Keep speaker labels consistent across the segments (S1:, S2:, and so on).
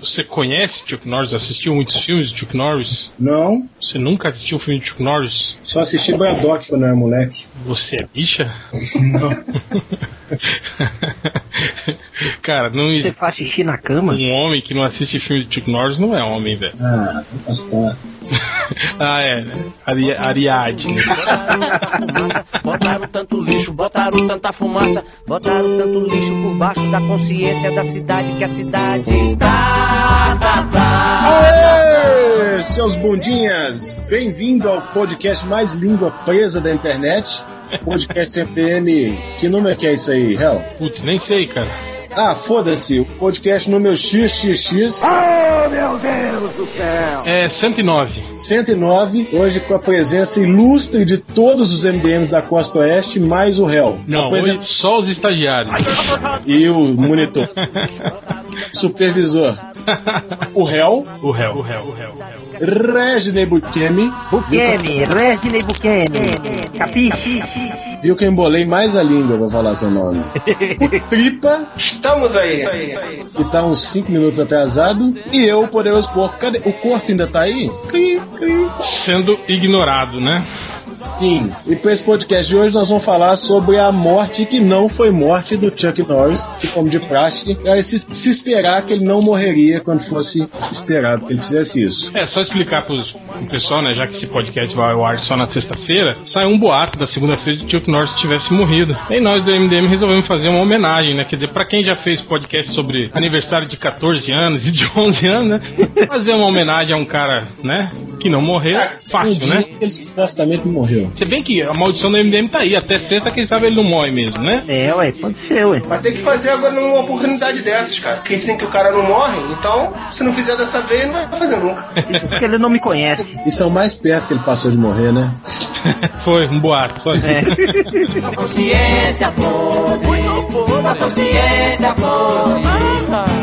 S1: Você conhece Chuck Norris? Assistiu muitos filmes de Chuck Norris?
S2: Não,
S1: Você nunca assistiu o filme de Chuck Norris?
S2: só assisti Braddock quando era moleque.
S1: Você é bicha?
S2: Não.
S1: Cara, não
S3: Você
S1: existe
S3: faz xixi na cama?
S1: um homem que não assiste filme de Chuck Norris não é homem, velho.
S2: Ah, vou pastar.
S1: Ah, é, né? Ari Ariadne.
S4: Botaram tanta fumaça, botaram tanto lixo, botaram tanta fumaça, botaram tanto lixo por baixo da consciência da cidade que a cidade tá, tá, tá.
S2: Aê, seus bundinhas! Bem-vindo ao podcast mais língua presa da internet. Podcast CPM. Que número que é isso aí, Hel?
S1: Putz, nem sei, cara.
S2: Ah, foda-se. O podcast número XXX.
S1: É 109.
S2: 109, hoje com a presença ilustre de todos os MDMs da Costa Oeste, mais o réu.
S1: Não,
S2: Apresen-
S1: hoje só os estagiários.
S2: E o monitor. Supervisor. O réu,
S1: O réu, o réu, o réu. o réu.
S2: Reginei Butemi.
S3: Buquene, Reginei Buquene. Capiche?
S2: Viu que eu embolei mais a língua pra falar seu nome. O Tripa,
S5: Estamos aí.
S2: que tá uns 5 minutos atrasado. E eu, o Poderoso Porco. Cadê? O corto ainda tá aí? Cri, cri.
S1: Sendo ignorado, né?
S2: Sim. E para esse podcast de hoje nós vamos falar sobre a morte que não foi morte do Chuck Norris, que como de praxe, era se, se esperar que ele não morreria quando fosse esperado que ele fizesse isso.
S1: É, só explicar pros, pro pessoal, né? Já que esse podcast vai ao ar só na sexta-feira, saiu um boato da segunda-feira de que Chuck Norris tivesse morrido. E nós do MDM resolvemos fazer uma homenagem, né? Quer dizer, pra quem já fez podcast sobre aniversário de 14 anos e de 11 anos, né? Fazer uma homenagem a um cara, né? Que não morreu,
S2: Um
S1: fácil,
S2: dia
S1: né?
S2: que ele supostamente morreu.
S1: Se bem que a maldição do MDM tá aí, até sexta, quem sabe ele não morre mesmo, né?
S3: É, ué, pode ser, ué.
S5: Mas tem que fazer agora numa oportunidade dessas, cara. Porque dizem que o cara não morre, então se não fizer dessa vez, não vai fazer nunca.
S3: Isso porque ele não me conhece.
S2: E são mais perto que ele passou de morrer, né?
S1: Foi um boato, só isso.
S3: É.
S4: Da consciência podre, da consciência podre.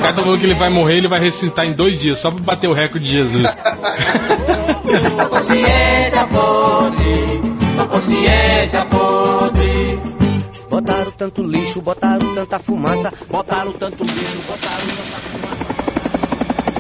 S1: Cada falou tá que ele vai morrer, ele vai ressuscitar em dois dias, só pra bater o recorde de Jesus.
S4: Da consciência podre, da consciência podre. Botaram tanto lixo, botaram tanta fumaça, botaram tanto lixo, botaram tanta fumaça.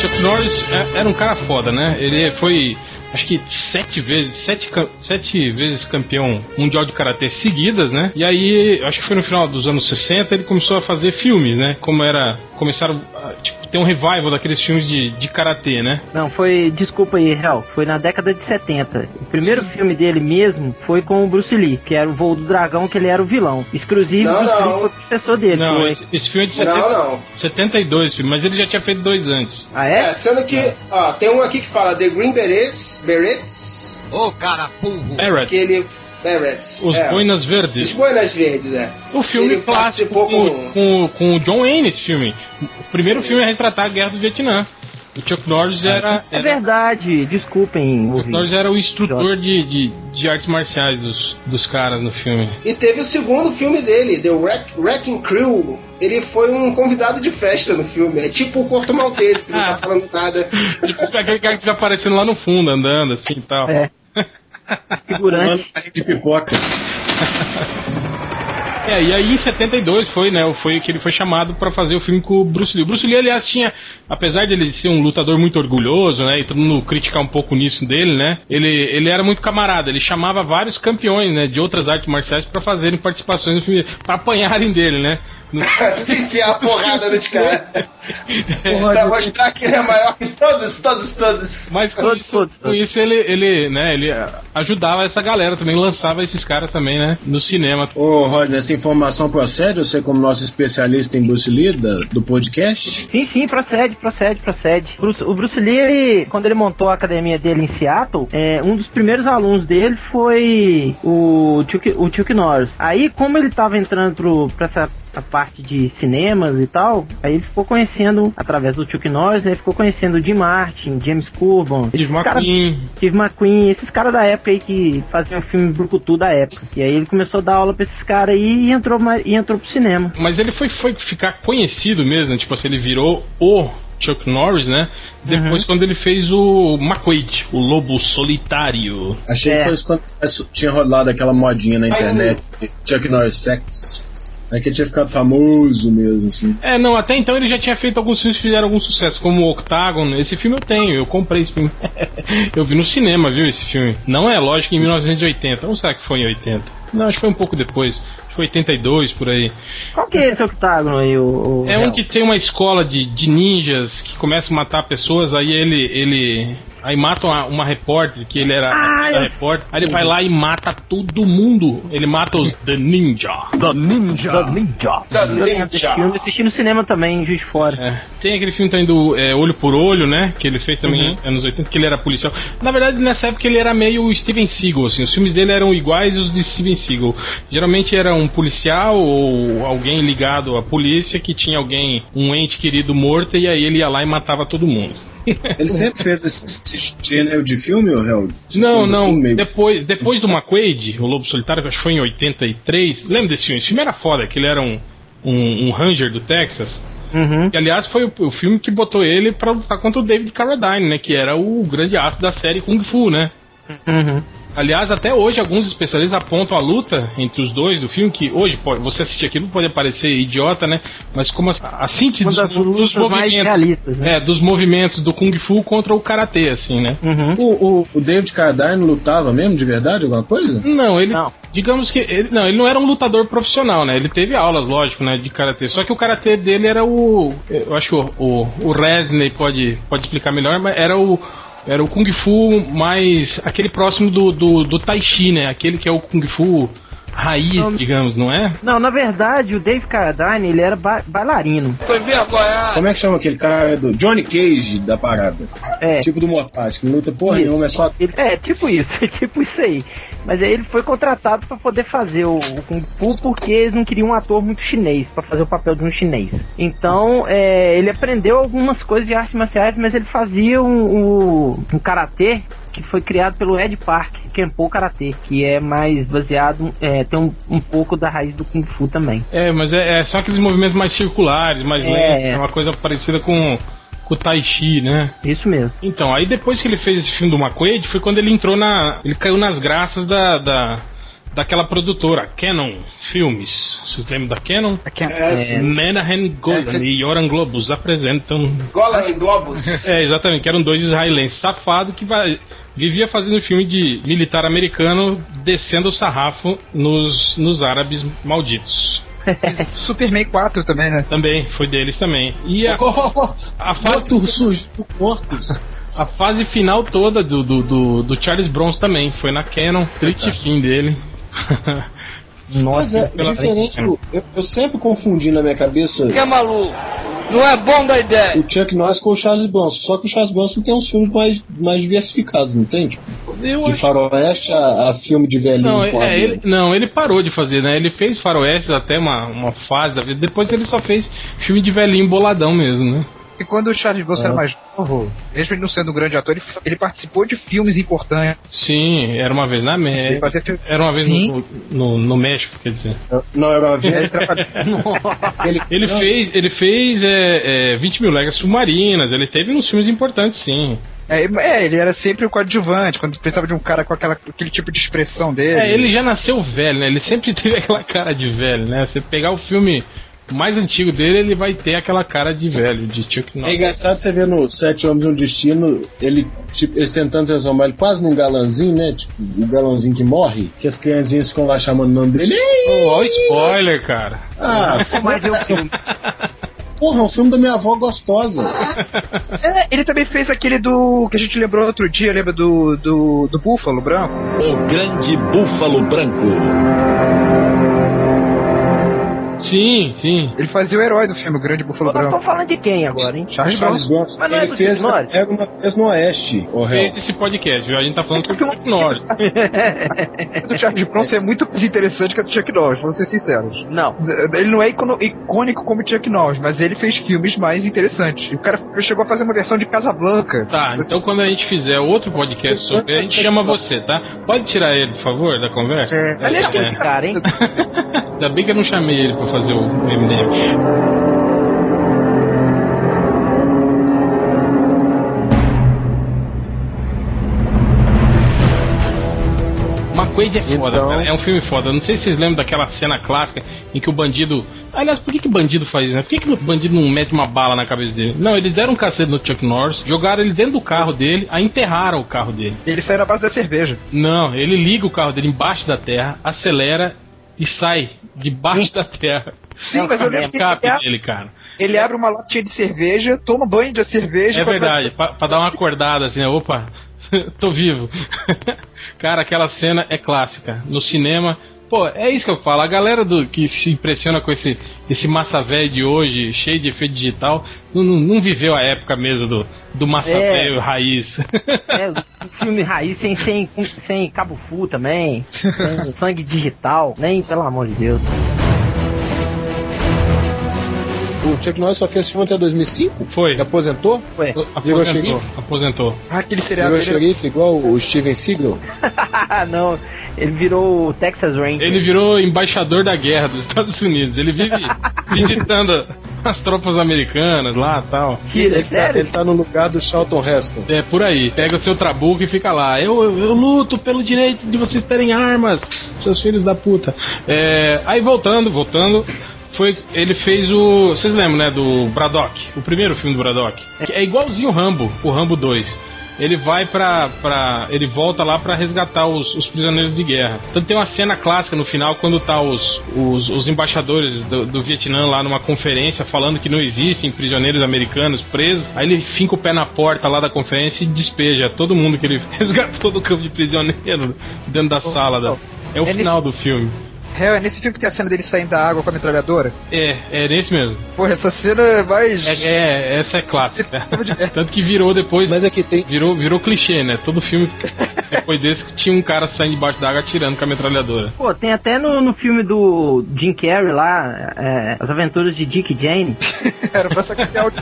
S1: Chuck Norris é- era um cara foda, né? Ele foi, acho que sete vezes, sete, cam- sete vezes campeão mundial de karatê seguidas, né? E aí, acho que foi no final dos anos 60, ele começou a fazer filmes, né? Como era, começaram a, tipo, ter um revival daqueles filmes de, de karatê, né?
S3: Não, foi. Desculpa aí, Real. Foi na década de 70. O primeiro filme dele mesmo foi com o Bruce Lee, que era o Voo do Dragão, que ele era o vilão. Exclusivo,
S5: Não,
S3: o Bruce
S5: não.
S3: Lee foi professor dele.
S1: Não,
S3: foi.
S1: esse, esse filme é de 70,
S5: Não, não.
S1: 72, filho, mas ele já tinha feito dois antes.
S3: Ah,
S5: É,
S3: é?
S5: sendo que, ó, tem um aqui que fala The Green Berets, Berets, que
S1: Barrett,
S5: ele. é Berets.
S1: É, Os
S5: é.
S1: Boinas Verdes.
S5: Os boinas verdes, é.
S1: O filme
S5: Ele
S1: clássico
S5: participou
S1: com,
S5: com-
S1: com, com o John Wayne, esse filme. O primeiro filme a retratar a guerra do Vietnã. O Chuck Norris era,
S3: É
S1: era,
S3: verdade, desculpem.
S1: Chuck Norris
S3: ouvinte.
S1: era o instrutor de, de, de artes marciais dos, dos caras no filme.
S5: E teve o segundo filme dele, The Wreck, Wrecking Crew. Ele foi um convidado de festa no filme. É tipo o Corto Maltese, que não
S1: Ah.
S5: tá falando nada.
S1: Tipo aquele cara que fica aparecendo lá no fundo, andando assim e tal.
S3: É. Segurante.
S2: Tomando carinho de pipoca.
S1: É, e aí em 72 foi, né? Foi que ele foi chamado pra fazer o filme com o Bruce Lee. O Bruce Lee, aliás, tinha, apesar de ele ser um lutador muito orgulhoso, né? E todo mundo criticar um pouco nisso dele, né? Ele, ele era muito camarada, ele chamava vários campeões, né? De outras artes marciais pra fazerem participações no filme, pra apanharem dele, né? No-
S5: Enfiar a porrada nos caras.
S2: Porra,
S5: pra
S2: eu-
S5: mostrar que ele é maior que todos, todos, todos.
S1: Mas com
S3: Todo-
S1: isso,
S3: todo-
S1: com isso ele, ele, né, ele ah, ajudava essa galera também, lançava esses caras também, né, no cinema.
S2: Ô, Rodney, essa informação procede? Você, como nosso especialista em Bruce Lee da- do podcast?
S3: Sim, sim, procede, procede, procede. Bruce- o Bruce Lee, ele, quando ele montou a academia dele em Seattle, é, um dos primeiros alunos dele foi o Chuck, o Chuck Norris. Aí, como ele tava entrando pro, pra essa a parte de cinemas e tal, aí ele ficou conhecendo, através do Chuck Norris, né, ele ficou conhecendo o Jim Martin, James Coburn,
S1: Steve
S3: esses caras-
S1: McQueen,
S3: Steve McQueen, esses caras da época aí que faziam filme brucutu da época. E aí ele começou a dar aula pra esses caras aí e entrou, ma- e entrou pro cinema.
S1: Mas ele foi, foi ficar conhecido mesmo, né? tipo assim, ele virou o Chuck Norris, né? Depois, quando ele fez o McQuaid, o Lobo Solitário.
S2: Achei
S3: É.
S2: que foi quando isso tinha rolado aquela modinha na internet. Chuck Norris Facts. É que ele tinha ficado famoso mesmo, assim.
S1: É, não, até então ele já tinha feito alguns filmes que fizeram algum sucesso, como o Octagon. Esse filme eu tenho, eu comprei esse filme. eu vi no cinema, viu, esse filme. Não é, lógico, em 1980. Não será que foi em 80? Não, acho que foi um pouco depois. Acho que foi 82, por aí.
S3: Qual que é esse octágono aí, o. o
S1: É um
S3: réu?
S1: que tem uma escola de, de ninjas que começa a matar pessoas, aí ele. ele aí mata uma, uma repórter, que ele era
S3: Ah,
S1: era
S3: eu-
S1: repórter, aí ele vai lá e mata todo mundo. Ele mata os The Ninja.
S3: Da Ninja.
S5: Da
S3: Eu lembro desse
S5: Ninja.
S3: filme, Eu assisti no cinema também, em Juiz de Fora.
S1: É. Tem aquele filme também do é, Olho por Olho, né? Que ele fez também nos anos 80, que ele era policial. Na verdade, nessa época ele era meio Steven Seagal, assim. Os filmes dele eram iguais os de Steven Seagal. Geralmente era um policial ou alguém ligado à polícia que tinha alguém, um ente querido morto, e aí ele ia lá e matava todo mundo.
S2: Ele sempre fez esse, esse gênero de filme, ô Hel? Esse
S1: Não,
S2: filme
S1: não.
S2: assim, meio-
S1: Depois, depois do McQuaid, o Lobo Solitário, acho que foi em 83. Lembra desse filme? Esse filme era foda, que ele era um- um, um ranger do Texas.
S3: Uhum.
S1: E, aliás, foi o, o filme que botou ele pra lutar contra o David Carradine, né? Que era o grande astro da série Kung Fu, né?
S3: Uhum.
S1: Aliás, até hoje alguns especialistas apontam a luta entre os dois do filme, que hoje pode, você assistir aquilo pode parecer idiota, né? Mas como a, a síntese
S3: Uma das lutas mais realistas, né?
S1: é, dos movimentos do Kung Fu contra o Karatê, assim, né?
S3: Uhum.
S2: O, o, o David Carradine lutava mesmo, de verdade, alguma coisa?
S1: Não, ele.
S3: Não.
S1: Digamos que. Ele, não, ele não era um lutador profissional, né? Ele teve aulas, lógico, né? De karatê. Só que o karatê dele era o. Eu acho que o, o, o Resney pode, pode explicar melhor, mas era o. Era o Kung Fu mais. aquele próximo do, do, do Tai Chi, né? Aquele que é o Kung Fu raiz, digamos, não é?
S3: Não, na verdade, o Dave Carradine, ele era ba- bailarino.
S5: Foi vergonha.
S2: Como é que chama aquele cara do Johnny Cage da parada?
S3: É.
S2: Tipo do Mortage, que não luta porra
S3: Isso.
S2: nenhuma, é só
S3: Ele- é, tipo isso, é tipo isso aí. Mas aí ele foi contratado pra poder fazer o, o Kung Fu porque eles não queriam um ator muito chinês, pra fazer o papel de um chinês. Então, é, ele aprendeu algumas coisas de artes marciais, mas ele fazia um, um, um karatê que foi criado pelo Ed Park, Kenpo Karatê, que é mais baseado, é, tem um, um pouco da raiz do Kung Fu também.
S1: É, mas é, é só aqueles movimentos mais circulares, mais
S3: É,
S1: lentos.
S3: é.
S1: É uma coisa parecida com, com o Tai Chi, né?
S3: Isso mesmo.
S1: Então, aí depois que ele fez esse filme do McQuaid, foi quando ele entrou na. Ele caiu nas graças da. da daquela produtora, Canon Filmes. Vocês lembram da Canon?
S5: É,
S1: Menahem Golden
S6: É,
S1: e Yoram Globus apresentam.
S5: Gola em Globos.
S1: É, exatamente, que eram dois israelenses safados que vai, vivia fazendo filme de militar americano descendo o sarrafo nos, nos árabes malditos.
S6: Superman 4 também, né?
S1: Também, foi deles também. E a,
S2: Oh, oh, oh,
S1: a fase
S2: morto sujo, mortos.
S1: A fase final toda do, do, do, do Charles Bronson também foi na Canon, triste fim dele.
S2: Mas
S1: Nossa,
S2: é diferente. do- Eu, eu sempre confundi na minha cabeça
S4: é maluco? Não é bom da ideia.
S2: o Chuck Norris com o Charles Bronson. Só que o Charles Bronson tem uns filmes mais, mais diversificados, não tem? Tipo,
S1: Eu
S2: de
S1: acho...
S2: faroeste a, a filme de velhinho.
S1: Não,
S2: com
S1: é, ele, não, ele parou de fazer, né? Ele fez faroestes até uma, uma fase da vida. Depois ele só fez filme de velhinho boladão mesmo, né?
S6: E quando o Charles Bronson
S2: Ah.
S6: era mais novo, mesmo ele não sendo um grande ator, ele, ele participou de filmes importantes.
S1: Sim, era uma vez na
S6: Ele
S1: América.
S6: fazia filme.
S1: Era uma vez
S6: Sim.
S1: no, no, no México, quer dizer.
S2: Não, era uma vez
S6: Ele trabalhou-
S2: que ele,
S1: Ele
S2: não,
S1: fez, ele fez é, é, 20 mil legas submarinas, ele teve uns filmes importantes, sim.
S6: é, é, ele era sempre o coadjuvante, quando precisava de um cara com aquela, aquele tipo de expressão dele.
S1: É, ele já nasceu velho, né? Ele sempre teve aquela cara de velho, né? Você pegar o filme mais antigo dele, ele vai ter aquela cara de velho, de Chuck
S2: É
S1: Norris.
S2: engraçado você ver no Sete Homens e um Destino, ele, tipo, eles tentando transformar ele quase num galãzinho, né? Tipo, o galãzinho que morre, que as criancinhas ficam lá chamando o nome dele. Ei!
S1: Pô, ó, o spoiler, cara.
S2: Ah,
S3: Mas eu,
S2: porra, é um filme da minha avó gostosa.
S6: É, ele também fez aquele do. que a gente lembrou outro dia, lembra do. do, do Búfalo Branco?
S7: O grande búfalo branco.
S1: Sim, sim.
S6: Ele fazia o herói do filme, o Grande Búfalo
S3: eu tô
S6: Branco.
S3: falando de quem agora, hein?
S6: Charles
S2: Charles
S6: Bronson.
S2: Bronson.
S3: Mas não é
S2: Ele
S3: do
S2: fez
S3: Chuck Norris?
S2: era uma vez no Oeste, o réu.
S1: Fez esse podcast, viu? A gente tá falando sobre Chuck Norris.
S6: A do Charles Bronson é muito mais interessante que a do Chuck Norris, vamos ser sinceros.
S3: Não.
S6: Ele não é icono- icônico como Chuck Norris, mas ele fez filmes mais interessantes. O cara chegou a fazer uma versão de Casablanca.
S1: Tá, então quando a gente fizer outro podcast sobre ele, a gente chama você, tá? Pode tirar ele, por favor, da conversa?
S6: É.
S3: Aliás, quem é esse cara, hein?
S1: Ainda bem que eu não chamei ele pra fazer o MDM. Quaid é foda,
S8: Então-
S1: cara. É um filme foda. Não sei se vocês lembram daquela cena clássica em que o bandido. Aliás, por que, que bandido faz isso, né? Por que, que o bandido não mete uma bala na cabeça dele? Não, eles deram um cacete no Chuck Norris, jogaram ele dentro do carro dele, aí enterraram o carro dele.
S6: Ele saiu na base da cerveja.
S1: Não, ele liga o carro dele embaixo da terra, acelera e sai debaixo da terra.
S6: Sim, mas eu lembro que ele,
S1: Escape
S6: abre-
S1: dele, cara.
S6: ele abre uma latinha de cerveja, toma banho de cerveja.
S1: É
S6: quando vai-
S1: verdade, pra, pra dar uma acordada assim, né? opa, tô vivo. Cara, aquela cena é clássica. No cinema, pô, é isso que eu falo. A galera do que se impressiona com esse, esse massa velho de hoje, cheio de efeito digital, não, não- não viveu a época mesmo do, do massa
S3: É.
S1: velho raiz.
S3: É, o filme raiz sem, sem, sem cabo fu também, sem sangue digital, nem, pelo amor de Deus.
S2: O Chuck Norris só fez filme até 2005?
S1: Foi.
S2: Ele aposentou?
S3: Ué,
S2: Virou
S1: Aposentou.
S2: xerife?
S1: Aposentou.
S6: Ah, aquele seriado
S2: Virou
S6: dele.
S2: xerife igual o Steven Seagal?
S3: não, ele virou o Texas Ranger.
S1: Ele virou embaixador da guerra dos Estados Unidos. Ele vive visitando as tropas americanas lá tal.
S3: Tira,
S2: Ele tá,
S3: é sério?
S2: ele tá no lugar do Charlton Heston.
S1: É, por aí. Pega o seu trabuco e fica lá. Eu, eu, eu luto pelo direito de vocês terem armas, seus filhos da puta. É, aí voltando, voltando. Foi, ele fez o. Vocês lembram, né? Do Braddock. O primeiro filme do Braddock. Que É igualzinho o Rambo, o Rambo 2. Ele vai pra. pra ele volta lá pra resgatar os, os prisioneiros de guerra. Então tem uma cena clássica no final quando tá os, os, os embaixadores do, do Vietnã lá numa conferência falando que não existem prisioneiros americanos presos. Aí ele finca o pé na porta lá da conferência e despeja todo mundo que ele resgatou do campo de prisioneiro dentro da sala. Da, é o
S6: Ele-
S1: final do filme.
S6: É, é nesse filme que tem a cena dele saindo da água com a metralhadora.
S1: É, é nesse mesmo.
S6: Porra, essa cena é mais.
S1: É, é- essa é clássica. Tanto que virou depois.
S2: Mas é que tem.
S1: Virou, virou clichê, né? Todo filme depois desse que tinha um cara saindo debaixo da água atirando com a metralhadora.
S3: Pô, tem até no, no filme do Jim Carrey lá, é, As Aventuras de Dick e Jane.
S6: Era pra sacanear o John.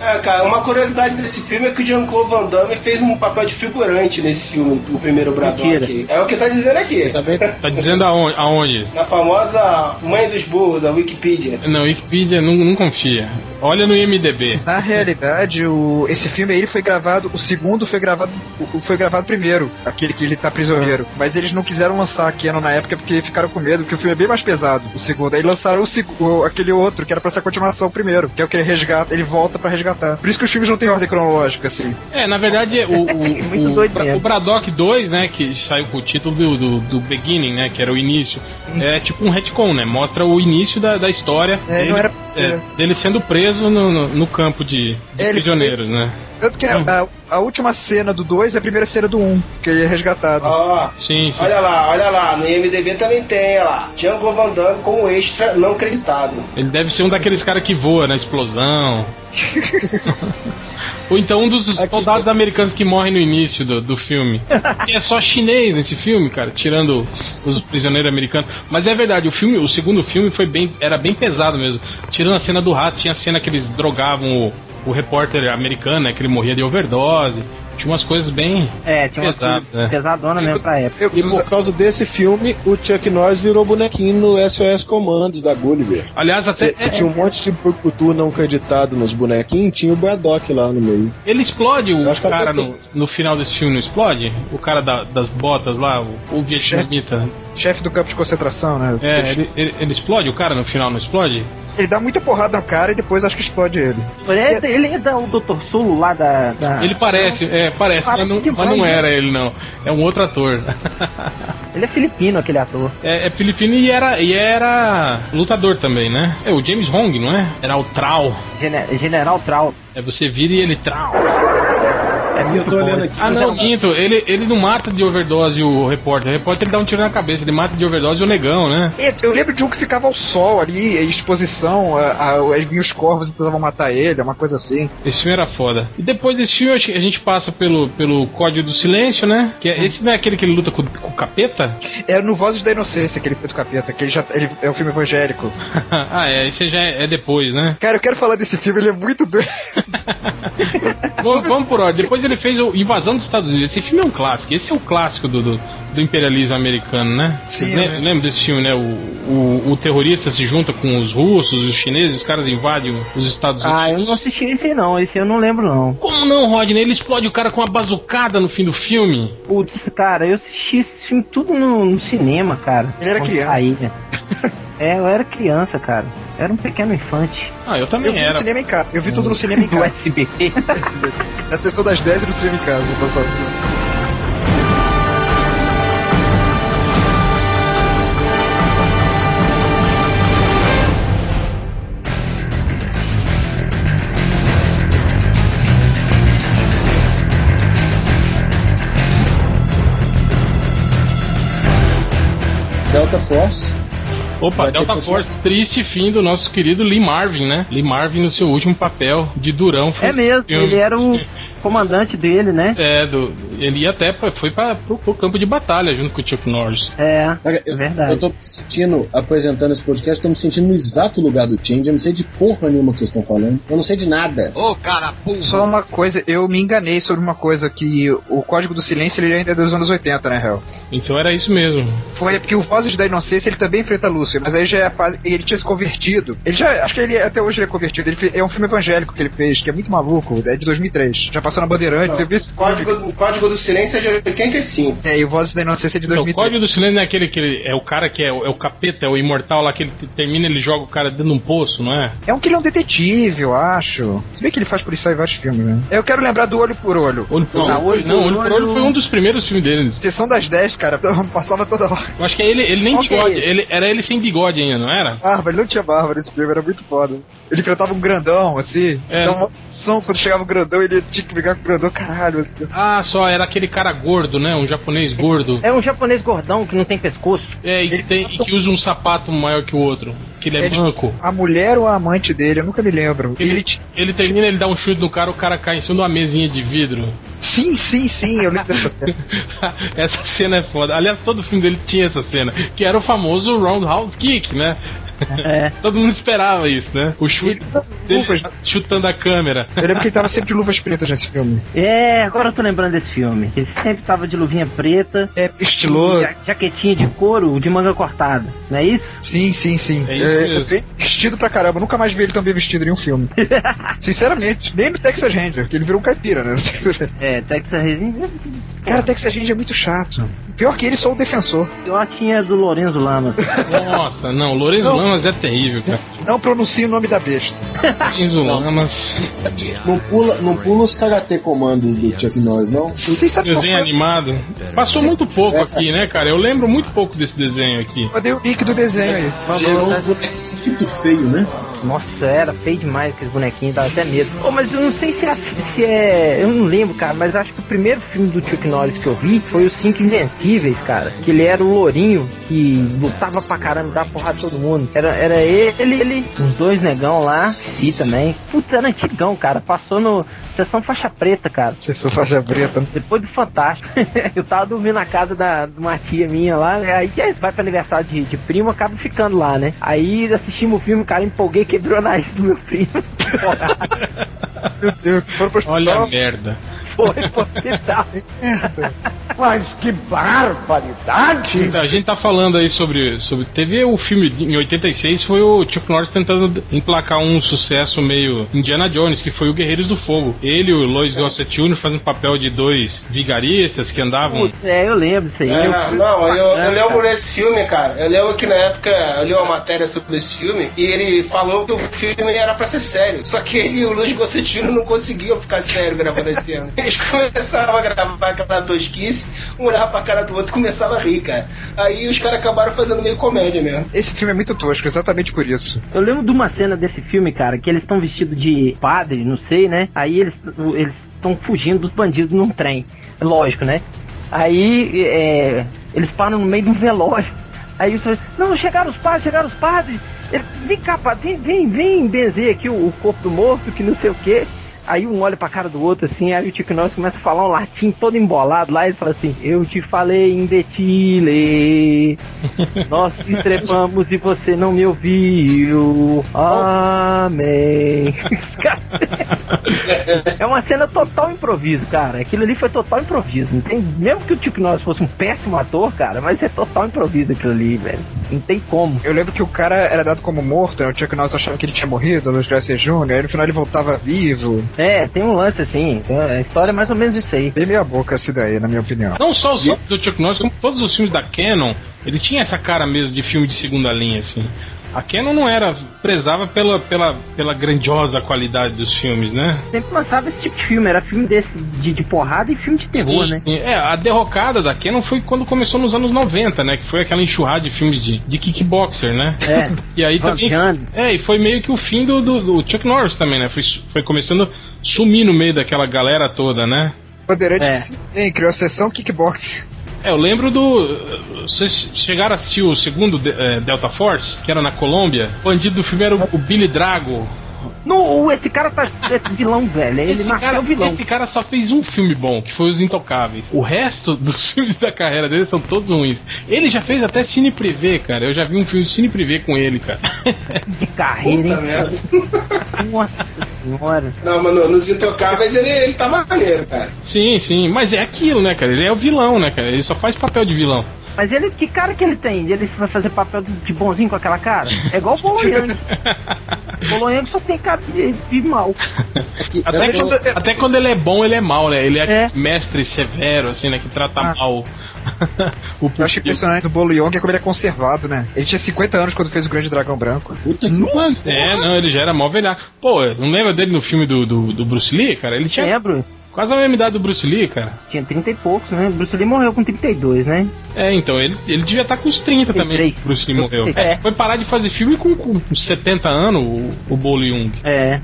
S5: É, cara, uma curiosidade desse filme é que o Jean-Claude Van Damme fez um papel de figurante nesse filme, o primeiro Braddock.
S3: Mentira.
S5: É o que tá dizendo aqui.
S2: Também
S1: Tá dizendo aonde? aonde?
S5: Na famosa Mãe dos Burros, a Wikipedia.
S1: Não, Wikipedia não, não confia. Olha no IMDB.
S6: Na realidade, o, esse filme aí ele foi gravado, o segundo foi gravado, o- o- foi gravado primeiro, aquele que ele tá prisioneiro. Mas eles não quiseram lançar aqui ano na época porque ficaram com medo, porque o filme é bem mais pesado, o segundo. Aí lançaram o, seg- o- aquele outro, que era pra ser a continuação o primeiro, que é o que ele resgata, ele volta pra resgatar. Por isso que os filmes não têm ordem cronológica, assim.
S1: É, na verdade, o,
S3: Muito
S1: o, o,
S3: doido
S1: Bra-
S3: mesmo.
S1: o Braddock 2, né, que saiu com o título do, do, do Beginning, né, que era o início, é tipo um retcon, né, mostra o início da, da história
S6: É,
S1: dele,
S6: não era-
S1: é,
S6: é.
S1: dele sendo preso no, no, no campo de, de
S6: Ele-
S1: prisioneiros, né.
S6: Tanto que a, a- a última cena do 2 é a primeira cena do 1, um, que ele é resgatado.
S5: Ó,
S1: Sim, sim.
S5: olha lá, olha lá, no IMDB também tem, olha lá. Django Van Damme como extra não creditado.
S1: Ele deve ser um daqueles caras que voa na explosão. Ou então um dos soldados americanos que morrem no início do, do filme. Que é só chinês nesse filme, cara, tirando os prisioneiros americanos. Mas é verdade, o filme, o segundo filme foi bem, era bem pesado mesmo. Tirando a cena do rato, tinha a cena que eles drogavam o, o repórter americano, né, que ele morria de overdose. Tinha umas coisas bem
S3: É, tinha uma
S1: Pesado,
S3: coisa
S1: né?
S3: pesadona mesmo pra época.
S6: Eu-
S2: E por causa desse filme, o Chuck Norris virou bonequinho no SOS Comandos da Gulliver.
S1: Aliás, até
S2: Que- que tinha um monte de brucutu não creditado nos bonequinhos, tinha o Braddock lá no meio.
S1: Ele explode o
S2: Eu acho que é um
S1: cara
S2: até tem.
S1: no, no final desse filme, não explode? O cara da- das botas lá, o, o vietnamita.
S6: chefe do campo de concentração, né?
S1: É, ele, ele- ele explode o cara no final, não explode?
S6: Ele dá muita porrada no cara e depois acho que explode ele.
S3: Ele, ele é da- o Dr. Solo lá da. da-
S1: Ele
S3: Ele...
S1: parece, é, parece,
S3: Ah,
S1: mas não,
S3: que
S1: mas não
S3: vai,
S1: era ele não. É um outro ator.
S3: é filipino, aquele ator.
S1: É, é filipino e era, e era lutador também, né? É o James Hong, não é? Era o Trau.
S3: Gene- General Trau.
S1: É você vira e ele Trau.
S2: É eu tô olhando aqui.
S1: Ah não, Guinto, ele, ele não mata de overdose o repórter. O repórter ele dá um tiro na cabeça, ele mata de overdose o negão, né?
S6: É, Eu lembro de um que ficava ao sol ali, em exposição, a, a, aí vinha os corvos e tentavam matar ele, uma coisa assim.
S1: Esse filme era foda. E depois desse filme, acho que a gente passa pelo, pelo Código do Silêncio, né? Que é, esse não é aquele que ele luta com, com o capeta?
S6: É no Vozes da Inocência, aquele preto capeta, que ele já ele é um filme evangélico.
S1: ah, é, esse já é, é depois, né?
S6: Cara, eu quero falar desse filme, ele é muito doido.
S1: Vamos, vamos por ordem. Depois ele fez o Invasão dos Estados Unidos. Esse filme é um clássico. Esse é o clássico do, do, do imperialismo americano, né? Vocês
S6: Sim,
S1: lem-
S6: é.
S1: lembram desse filme, né? O, o, o terrorista se junta com os russos, os chineses, os caras invadem os Estados Unidos.
S3: Ah, é. eu não assisti esse aí, não. Esse eu não lembro, não.
S1: Como não, Rodney? Ele explode o cara com uma bazucada no fim do filme.
S3: Putz, cara, eu assisti esse filme tudo no, no cinema, cara.
S6: Ele era
S3: Quando
S6: criança.
S3: saía. é, eu era criança, cara. Eu era um pequeno infante.
S1: Ah, eu
S6: Eu
S1: também
S6: vi no
S1: era.
S6: cinema em casa. Eu vi tudo no cinema em
S3: Do
S6: casa.
S3: SBT.
S6: Na sessão das 10 e no cinema em casa. eu passava.
S2: Delta Force.
S1: Opa,
S2: Vai ter
S1: Delta
S2: que
S1: Force, triste fim do nosso querido Lee Marvin, né? Lee Marvin no seu último papel de Durão.
S3: é
S1: fez
S3: mesmo,
S1: filme.
S3: ele era um o comandante dele, né?
S1: É, do, ele ia até pra- foi pra, pro, pro campo de batalha junto com o Chuck Norris.
S3: É,
S2: Cara, eu,
S3: Verdade.
S2: eu tô me sentindo, apresentando esse podcast, tô me sentindo no exato lugar do Change. Eu não sei de porra nenhuma que vocês estão falando. Eu não sei de nada.
S8: Ô, cara, burro.
S6: Só uma coisa, eu me enganei sobre uma coisa que o Código do Silêncio ele ainda é dos anos 80, né, Hel?
S1: Então era isso mesmo.
S6: Foi porque o Vozes da Inocência ele também enfrenta Lúcifer, mas aí já é a fase. Ele tinha se convertido. Ele já. Acho que ele até hoje ele é convertido. Ele fe- é um filme evangélico que ele fez, que é muito maluco, é de 2003. Já passou na Bandeirantes, eu vi esse código.
S5: Código, Código do Silêncio é de 85.
S6: É, e o Vozes da Inocência é de
S1: Então, o
S6: 2003.
S1: Código do Silêncio é aquele que ele- é o cara que é, o- é o capeta, é o imortal lá que ele te- termina ele joga o cara dentro de um poço, não é?
S6: É um que ele é um detetive, eu acho. Se bem que ele faz policial em vários filmes, né? Eu quero lembrar do Olho por Olho.
S1: Olho por
S3: Não,
S1: olho.
S3: Olho
S1: não,
S3: por
S1: olho por
S3: Olho-
S1: olho foi um dos primeiros filmes dele.
S6: Sessão das 10, cara, passava toda hora.
S1: Eu acho que é ele, ele nem
S3: Qual que é
S1: bigode.
S3: esse?
S1: ele, era ele sem bigode ainda, não era?
S6: Bárbara, ele não tinha Bárbara nesse filme, era muito foda. Ele enfrentava um grandão, assim.
S1: É.
S6: Dava uma opção quando chegava o grandão, ele tinha que brigar com o grandão, caralho.
S1: Ah, só, era aquele cara gordo, né? Um japonês gordo.
S3: é um japonês gordão que não tem pescoço.
S1: É, e que, tem- e que usa um sapato maior que o outro. Que ele é
S6: Ele-
S1: branco.
S6: A mulher ou a amante dele, eu nunca me lembro.
S1: Ele-
S6: Ele, ti-
S1: Ele termina, ele dá um chute no cara, o cara cai em cima de uma mesinha de vidro.
S6: Sim, sim, sim, eu lembro dessa cena.
S1: essa cena é foda. Aliás, todo filme dele tinha essa cena, que era o famoso roundhouse kick, né?
S3: É.
S1: Todo mundo esperava isso, né? O chute
S6: Ele usa
S1: dele
S6: luvas.
S1: chutando a câmera.
S6: Eu lembro que ele tava sempre de luvas pretas nesse filme.
S3: É, agora eu tô lembrando desse filme. Ele sempre tava de luvinha preta,
S6: É estiloso.
S3: ja- jaquetinha de couro, de manga cortada. Não é isso?
S6: Sim, sim, sim.
S1: É isso mesmo.
S6: bem vestido pra caramba. Nunca mais vi ele tão bem vestido em um filme. Sinceramente, nem no Texas Ranger, que ele virou um caipira, né?
S3: É, Texas Ranger.
S6: Cara, Texas Ranger é muito chato. Pior que ele, só o defensor.
S3: Eu tinha do Lorenzo Lamas.
S1: Nossa, não, o Lourenço
S6: Não.
S1: Lamas é terrível, cara.
S6: Não pronuncia o nome da besta.
S1: Lourenço Lamas.
S2: Não pula, não pula os karatê comandos do Chuck Norris, não.
S6: Vocês sabem qual
S1: Desenho
S6: foi?
S1: animado. Passou muito pouco aqui, né, cara? Eu lembro muito pouco desse desenho aqui.
S6: Mandei o link do desenho aí.
S2: Gerou um muito feio, né?
S3: Nossa, era feio demais aqueles bonequinhos, dava até medo. Ô, mas eu não sei se é, se é- Eu não lembro, cara, mas acho que o primeiro filme do Chuck Norris que eu vi foi Os Cinco Invencíveis, cara. Que ele era o lourinho que lutava pra caramba, dava porrada em todo mundo. Era, era ele, ele, os dois negão lá, e também. Puta, era antigão, cara. Passou no Sessão Faixa Preta, cara.
S6: Vocês são faixa preta.
S3: Depois do Fantástico, eu tava dormindo na casa da, de uma tia minha lá, né? aí é, vai pra aniversário de, de primo, acaba ficando lá, né? Aí assistimos o filme, cara, empolguei, quebrou a nariz do meu primo.
S6: Meu Deus, foram pro hospital.
S1: Olha a merda.
S3: Foi pro hospital.
S1: A gente tá falando aí sobre, sobre. Teve o filme de- em 86, foi o Chuck Norris tentando emplacar um sucesso meio Indiana Jones, que foi o Guerreiros do Fogo. Ele e o Lois Gossett Jr. fazendo papel de dois vigaristas que andavam.
S3: Putz, é, eu lembro disso aí.
S5: É,
S3: Eu-
S5: não, eu, eu lembro desse filme, cara. Eu lembro que na época eu li uma matéria sobre esse filme e ele falou que o filme era pra ser sério. Só que ele e o Luiz Gossetino não conseguiam ficar sério gravando esse ano. Eles começavam a gravar aquela tosquice, um olhava pra cara do outro e começava a rir, cara. Aí os caras acabaram fazendo meio comédia mesmo.
S6: Esse filme é muito tosco, exatamente por isso.
S3: Eu lembro de uma cena desse filme, cara, que eles estão vestidos de padre, não sei, né? Aí eles o- eles estão fugindo dos bandidos num trem. Lógico, né? Aí é, eles param no meio de um velório. Aí eles falam, não, chegaram os padres, chegaram os padres. Ele, vem cá, padre, vem, vem, vem benzer aqui o, o corpo do morto, que não sei o quê. Aí um olha pra cara do outro, assim, aí o Chuck Norris começa a falar um latim todo embolado lá e fala assim: Eu te falei em Betile, nós nos trepamos e você não me ouviu. Amém. É uma cena total improviso, cara. Aquilo ali foi total improviso. Não tem, mesmo que o Chuck Norris fosse um péssimo ator, cara, mas é total improviso aquilo ali, velho. Não tem como.
S6: Eu lembro que o cara era dado como morto, né? O Chuck Norris achava que ele tinha morrido, o Luiz Gracia Jr., aí no final ele voltava vivo.
S3: É, tem um lance assim. é, A história é mais ou menos isso aí.
S6: Bem meia boca esse daí, na minha opinião.
S1: Não só os filmes do Chuck Norris, como todos os filmes da Canon, ele tinha essa cara mesmo de filme de segunda linha, assim. A Canon não era, prezava pela, pela, pela grandiosa qualidade dos filmes, né?
S3: Sempre lançava esse tipo de filme. Era filme desse de, de porrada e filme de terror, né?
S1: Sim, É, a derrocada da Canon foi quando começou nos anos 90, né? Que foi aquela enxurrada de filmes de, de kickboxer, né?
S3: É.
S1: E aí
S3: Van
S1: também.
S3: Gunn.
S1: É, e foi meio que o fim do, do, do Chuck Norris também, né? Foi, su- foi começando a sumir no meio daquela galera toda, né?
S6: Bandeirante
S3: É.
S6: hein, criou a sessão kickboxing.
S1: É, eu lembro do. Vocês chegaram a assistir o segundo de- eh, Delta Force, que era na Colômbia. O bandido do filme era o, o Billy Drago.
S3: Não, esse cara tá esse vilão, velho. Ele
S1: Esse
S3: marcou
S1: cara,
S3: o vilão.
S1: esse cara só fez um filme bom, que foi Os Intocáveis. O resto dos filmes da carreira dele são todos ruins. Ele já fez até Cine Privé, cara. Eu já vi um filme de Cine Privé com ele, cara.
S3: de
S5: Puta
S3: carreira, hein?
S5: merda.
S3: Nossa senhora.
S5: Não, mano, nos intocáveis ele, ele tá maneiro, cara.
S1: sim, sim. Mas é aquilo, né, cara? Ele é o vilão, né, cara? Ele só faz papel de vilão.
S3: Mas ele, que cara que ele tem? Ele vai fazer papel de de bonzinho com aquela cara? É igual o Boloyang. O Boloyang só tem cara de, de mal.
S2: Aqui,
S1: Até,
S2: eu-
S1: quando, até quando ele é bom, ele é mal, né? Ele é,
S3: É.
S1: aquele mestre severo, assim, né? Que trata
S6: Ah.
S1: mal o
S6: Eu acho impressionante do Bolo Young é como ele é conservado, né? Ele tinha 50 anos quando fez o Grande Dragão Branco.
S2: Puta que pariu.
S1: É, não, ele já era mó velhaco. Pô, não lembra dele no filme do, do, do Bruce Lee, cara? Ele tinha
S3: Lembro?
S1: quase a mesma idade do Bruce Lee, cara.
S3: É, Tinha 30 e poucos, né? Bruce Lee morreu com 32, né?
S1: É, então, ele, ele devia estar com uns 30 também.
S3: 33.
S1: O Bruce Lee morreu.
S3: É.
S1: Foi parar de fazer filme com, com 70 anos, o, o Bolo Jung.
S3: É.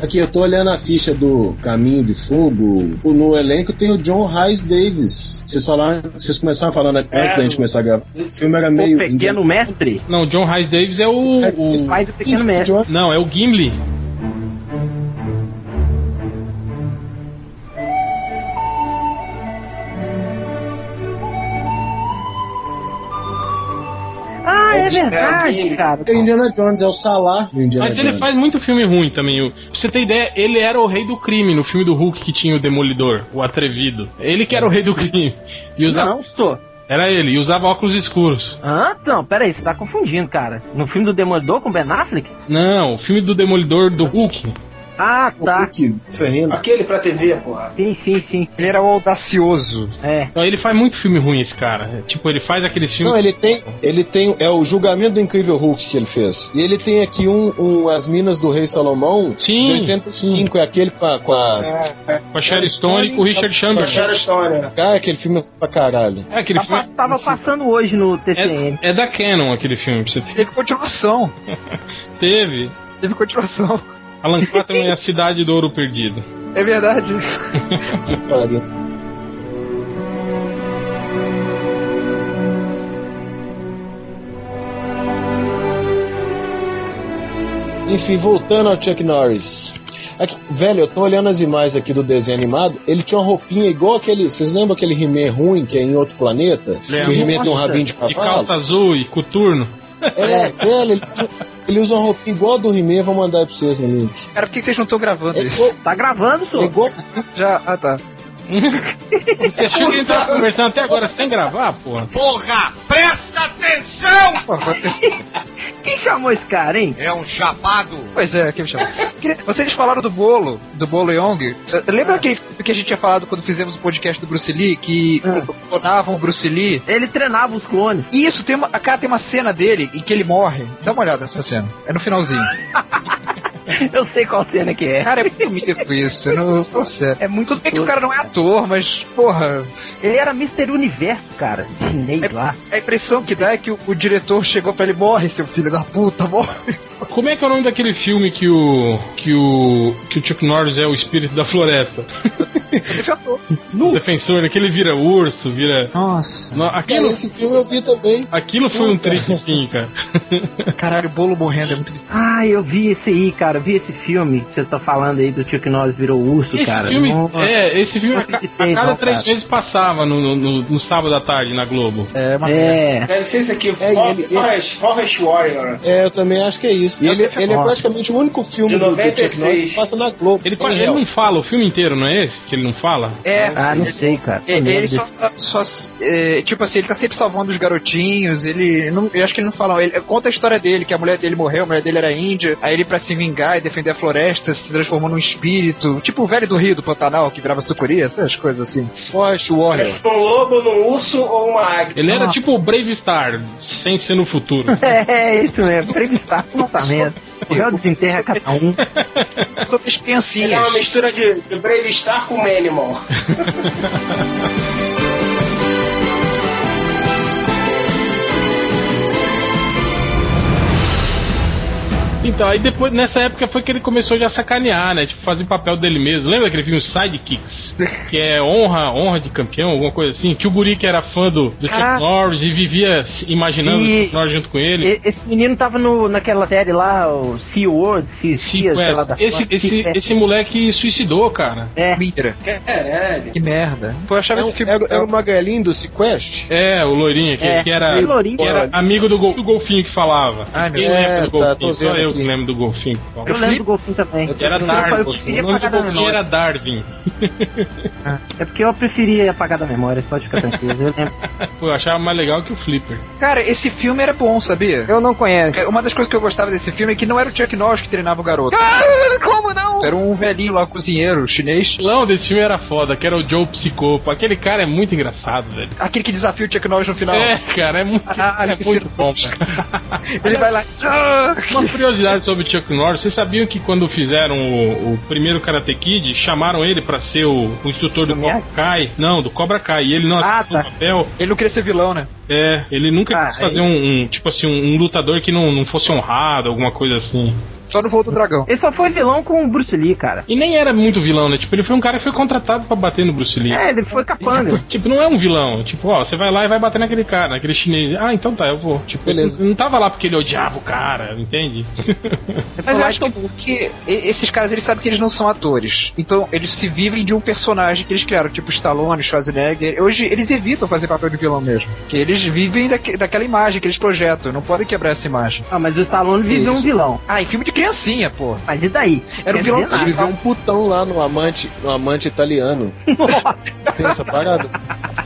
S2: Aqui, eu tô olhando a ficha do Caminho de Fogo. O- No elenco tem o John Rice Davis. Vocês falaram, vocês começaram falando antes
S5: É,
S2: da gente
S5: o-
S2: começar a gravar. O filme era
S3: O
S2: meio.
S3: Pequeno Mestre?
S1: Não, o John Rice Davis é o. o-
S3: Pai do Pequeno
S2: Isso,
S3: Mestre.
S2: John-
S1: não, é o Gimli.
S3: Ah, é
S2: tá
S5: alguém-
S3: verdade, cara.
S2: É Indiana Jones, é o Salah do Indiana
S1: Mas ele
S2: Jones.
S1: faz muito filme ruim também. o- Pra você ter ideia, ele era o rei do crime no filme do Hulk que tinha o Demolidor, o Atrevido. Ele que era o rei do crime. E usava,
S3: Não, sou.
S1: Era ele, e usava óculos escuros.
S3: Ah, não, pera aí, você tá confundindo, cara. No filme do Demolidor com Ben Affleck?
S1: Não, o filme do Demolidor do Hulk.
S3: Ah,
S2: Um
S3: tá.
S2: pouquinho diferente.
S5: Aquele pra TV, porra.
S3: Sim, sim, sim.
S6: Ele era o audacioso.
S3: É.
S1: Não, Então, Ele faz muito filme ruim, esse cara. É, Tipo, ele faz aqueles filmes.
S2: Não, ele tem, ele tem, é o julgamento do incrível Hulk que ele fez. E ele tem aqui um, um As Minas do Rei Salomão
S1: Sim,
S2: de 85, é aquele com a, com a-
S1: Com a Sherry Stone e com o Richard
S5: Baixaram a
S1: Chamberlain.
S5: história.
S2: cara, Ah, aquele filme pra caralho.
S1: É, aquele
S3: Tava,
S1: filme.
S3: Tá tava passando hoje no TCM.
S1: É, é da Canon aquele filme. Você
S6: Teve continuação.
S1: teve.
S6: Teve continuação.
S1: Alan Quatermain é a cidade do ouro perdido.
S6: É verdade.
S2: Que pariu. Enfim, voltando ao Chuck Norris. Aqui, velho, eu tô olhando as imagens aqui do desenho animado. Ele tinha uma roupinha igual aquele. Vocês lembram aquele he ruim que é em outro planeta? Que
S1: Lembro.
S2: o he tem um
S3: Nossa.
S2: rabinho de
S1: De
S2: cavalo?
S1: calça azul e coturno.
S2: É, velho, ele, ele usa uma roupinha igual a do he vou mandar pra vocês no link.
S6: Cara, por que que vocês não estão gravando
S2: É
S6: isso?
S2: igual.
S3: Tá gravando,
S2: É
S3: só.
S2: igual
S6: Já. Ah, tá.
S1: Você achou que a gente tava conversando até agora sem gravar, porra?
S8: Porra, presta atenção!
S6: Por favor.
S3: Quem chamou esse cara, hein?
S8: É um chapado.
S6: Pois é, que me chama. Queria- Vocês falaram do bolo, do bolo Young. Eh, Lembra aquele que a gente tinha falado quando fizemos o podcast do Bruce Lee, que
S3: Ah.
S6: clonavam o Bruce Lee?
S3: Ele treinava os clones.
S6: Isso, tem uma, a cara tem uma cena dele em que ele morre. Dá uma olhada nessa cena. É no finalzinho.
S3: Eu sei qual cena que é.
S6: Cara, é muito mico isso. eu Não, falo sério.
S3: É muito
S6: Tudo bem que o cara não é ator, mas, porra,
S3: Ele era Mr. Universo, cara.
S1: É.
S3: Chinês lá.
S6: a impressão que dá é que o, o diretor chegou pra ele, morre, seu filho da puta, morre.
S1: Como é que é o nome daquele filme que o. que o. que o Chuck Norris é o espírito da floresta?
S6: Ele foi ator.
S1: O defensor, né? Que ele vira urso, vira.
S6: Nossa.
S1: Não,
S2: Cara,
S1: aquilo,
S2: esse filme eu vi também.
S1: aquilo foi um triste fim, cara.
S6: Caralho, o bolo morrendo é muito bizarro.
S3: Ah, eu vi esse aí, cara. cara, vi esse filme que você tá falando aí do tio que nós virou urso,
S1: Esse
S3: cara.
S1: filme,
S3: Nossa.
S1: é, esse filme a, ca-
S3: Nossa, que
S1: a cada
S3: não,
S1: três
S3: cara.
S1: meses passava no, no- no- no sábado à tarde na Globo.
S9: É uma
S3: É.
S5: Deve ser isso aqui,
S2: É,
S5: For-
S2: ele- ele-
S5: Forest, Forest Warrior.
S2: É, eu também acho que é isso. E ele, ele é
S3: Ó.
S2: praticamente o único filme
S5: De
S2: do, do Chuck
S5: 96.
S2: Norris que passa na Globo. é
S1: Ele,
S2: Olha
S1: ele
S2: real.
S1: não fala o filme inteiro, não é esse? Que ele não fala?
S6: É,
S3: Ah, não sei, cara.
S6: É, ele só, só é, tipo assim, ele tá sempre salvando os garotinhos, ele não, eu acho que ele não fala, ele conta a história dele, que a mulher dele morreu, a mulher dele era índia, aí ele pra se vingar e defender a floresta, se transformou num espírito, tipo o velho do Rio do Pantanal, que virava sucuri, essas coisas assim.
S2: Forrest Warrior.
S5: Um lobo, num urso ou uma águia.
S1: Ele era tipo o Brave Star, sem ser no futuro.
S3: É, é isso mesmo. Previstar comportamento. O réu desenterra cada um.
S6: Sobre
S5: Ele é
S6: as
S5: uma
S6: criancinhas.
S5: mistura de, de Brave Star com Manimal.
S1: Então, aí depois, nessa época foi que ele começou já a sacanear, né? Tipo, fazer papel dele mesmo. Lembra aquele filme Sidekicks? Que é honra, honra de campeão, alguma coisa assim? Que o Guri que era fã do, do
S3: Caraca.
S1: Chuck Norris e vivia se imaginando o
S3: E-
S1: Chuck Norris junto com ele.
S3: E- Esse menino tava no, naquela série lá, o Sea World, Sea
S1: Se
S3: Sea, sei
S1: conhece.
S3: lá da
S1: esse, esse, esse moleque suicidou, cara.
S3: É,
S6: Mira,
S5: Caralho.
S6: que merda. Pô, eu achava
S2: É um-
S6: esse filme.
S2: Era, era o Magalinho do Sequest?
S1: É, o loirinho aqui,
S3: É,
S1: que era,
S3: o loirinho.
S1: que era amigo do, gol- do golfinho que falava.
S6: Ai, meu
S1: Quem
S2: Deus.
S1: lembra
S2: É,
S1: do
S2: tá,
S1: golfinho?
S2: tô
S1: Só
S2: vendo
S1: eu
S2: aqui.
S1: que lembro do golfinho que
S3: eu
S1: falava.
S3: lembro do golfinho também.
S2: Eu tô-
S1: Era
S2: eu
S3: falei,
S1: Darwin.
S3: queria
S1: O nome do
S3: pagar na
S1: golfinho
S3: memória.
S1: era Darwin.
S3: É porque eu preferia apagar da memória, pode ficar tranquilo. Eu lembro.
S1: Pô, eu achava mais legal que o Flipper.
S6: Cara, esse filme era bom, sabia?
S9: Eu não conheço.
S6: É, Uma das coisas que eu gostava desse filme é que não era o Chuck Norris que treinava o garoto.
S9: Como não?
S6: Era um velhinho lá, cozinheiro chinês.
S1: vilão desse filme era foda, que era o Joe Psicopa. Aquele cara é muito engraçado, velho.
S6: Aquele que desafia o Chuck Norris no final.
S1: É, cara, é muito,
S6: Ah,
S1: é
S6: que
S1: muito
S6: filho
S1: bom.
S6: da
S1: cara.
S6: Ele vai lá.
S1: Uma curiosidade sobre o Chuck Norris. Vocês sabiam que quando fizeram o, o primeiro Karate Kid, chamaram ele pra ser o, o instrutor do Cobra
S3: Miyagi?
S1: Kai? Não, do Cobra Kai. E ele não
S3: Ah,
S1: aceitou
S3: tá.
S1: o papel.
S6: Ele não queria ser vilão, né?
S1: É, ele nunca
S3: Ah,
S1: quis fazer
S3: aí.
S1: um, um, tipo assim, um, um lutador que não, não fosse honrado, alguma coisa assim.
S6: Só no voo do dragão.
S3: Ele só foi vilão com o Bruce Lee, cara.
S1: E nem era muito vilão, né? Tipo, ele foi um cara que foi contratado pra bater no Bruce Lee.
S3: É, ele foi
S1: Tipo,
S3: capanga.
S1: tipo, não é um vilão. Tipo, ó, você vai lá e vai bater naquele cara, naquele chinês. Ah, então tá, eu vou. Tipo,
S2: Beleza.
S1: ele não tava lá porque ele odiava o cara, entende?
S6: Mas eu acho que, que e- esses caras, eles sabem que eles não são atores. Então, eles se vivem de um personagem que eles criaram, tipo Stallone, Schwarzenegger. Hoje, eles evitam fazer papel de vilão mesmo. Porque eles vivem daque- daquela imagem que eles projetam. Não podem quebrar essa imagem.
S3: Ah, mas o Stallone viveu um
S2: Isso.
S3: vilão.
S6: Ah, e filme de criancinha, pô.
S3: Mas e daí? é
S6: Era um
S3: Quer
S6: vilão
S3: dizer
S2: Ele
S3: nada.
S2: viveu um putão lá no amante, no amante italiano. Tem essa parada?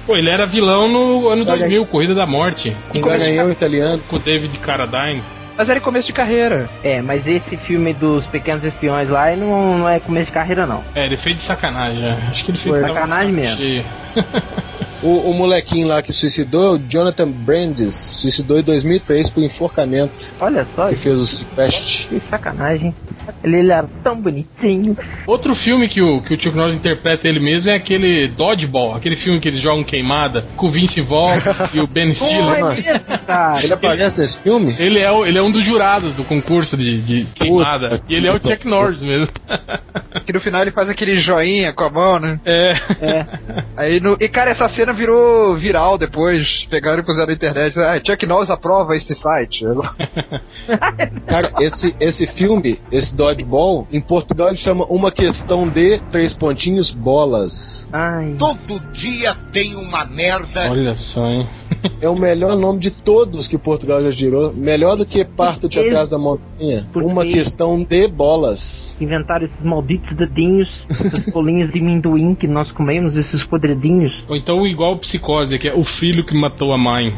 S1: Pô, ele era vilão no ano
S2: Olha
S1: 2000, Corrida da Morte,
S2: Um garanhão italiano.
S1: com o David Carradine.
S6: Mas era começo de carreira.
S3: É, mas esse filme dos Pequenos Espiões lá ele não, não é começo de carreira, não.
S1: É, ele fez de sacanagem, né? Acho que ele fez
S3: Foi
S1: tava
S3: sacanagem mesmo.
S1: cheio.
S2: O, o molequinho lá que suicidou, o Jonathan Brandes, suicidou em 2003 por enforcamento,
S3: Olha só,
S2: que fez o Sequest.
S3: que sacanagem. Ele, ele era tão bonitinho.
S1: Outro filme que o, que o Chuck Norris interpreta ele mesmo é aquele Dodgeball, aquele filme que eles jogam queimada com o Vince Vaughn e o Ben Stiller.
S3: Pô, é mesmo, cara.
S2: Ele aparece nesse filme?
S1: Ele é, o, ele é um dos jurados do concurso de, de queimada.
S2: Puta
S1: E ele é o
S2: que
S1: Chuck Norris mesmo.
S6: Que no final ele faz aquele joinha com a mão, né?
S1: É.
S6: Aí no... E cara, essa cena virou viral depois. Pegaram e puseram na internet. Ah, Chuck Norris aprova esse site.
S2: Cara, esse, esse filme, esse Dodgeball, em Portugal ele chama Uma Questão de Três Pontinhos Bolas.
S3: Ai,
S8: Todo dia tem uma merda.
S1: Olha só, hein?
S2: É o melhor nome de todos que Portugal já girou. Melhor do que Parto de
S3: Português.
S2: Atrás da Montanha.
S3: Português.
S2: Uma Questão de Bolas.
S3: inventaram esses malditos dedinhos, essas bolinhas de minduim que nós comemos, esses podredinhos.
S1: Ou então igual o Psicose, que é o filho que matou a mãe.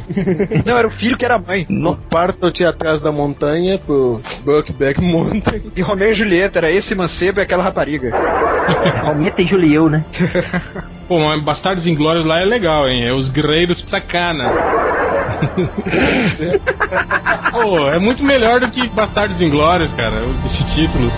S6: Não, era o filho que era a mãe.
S2: Parto-te atrás da montanha pro Brokeback Mountain.
S6: E Romeu e Julieta, era esse mancebo e aquela rapariga.
S3: Rometa e Julieu, né?
S1: Pô, mas Bastardos Inglórios lá é legal, hein? É os guerreiros né? sacana. Pô, é muito melhor do que Bastardos Inglórios, cara, esse título.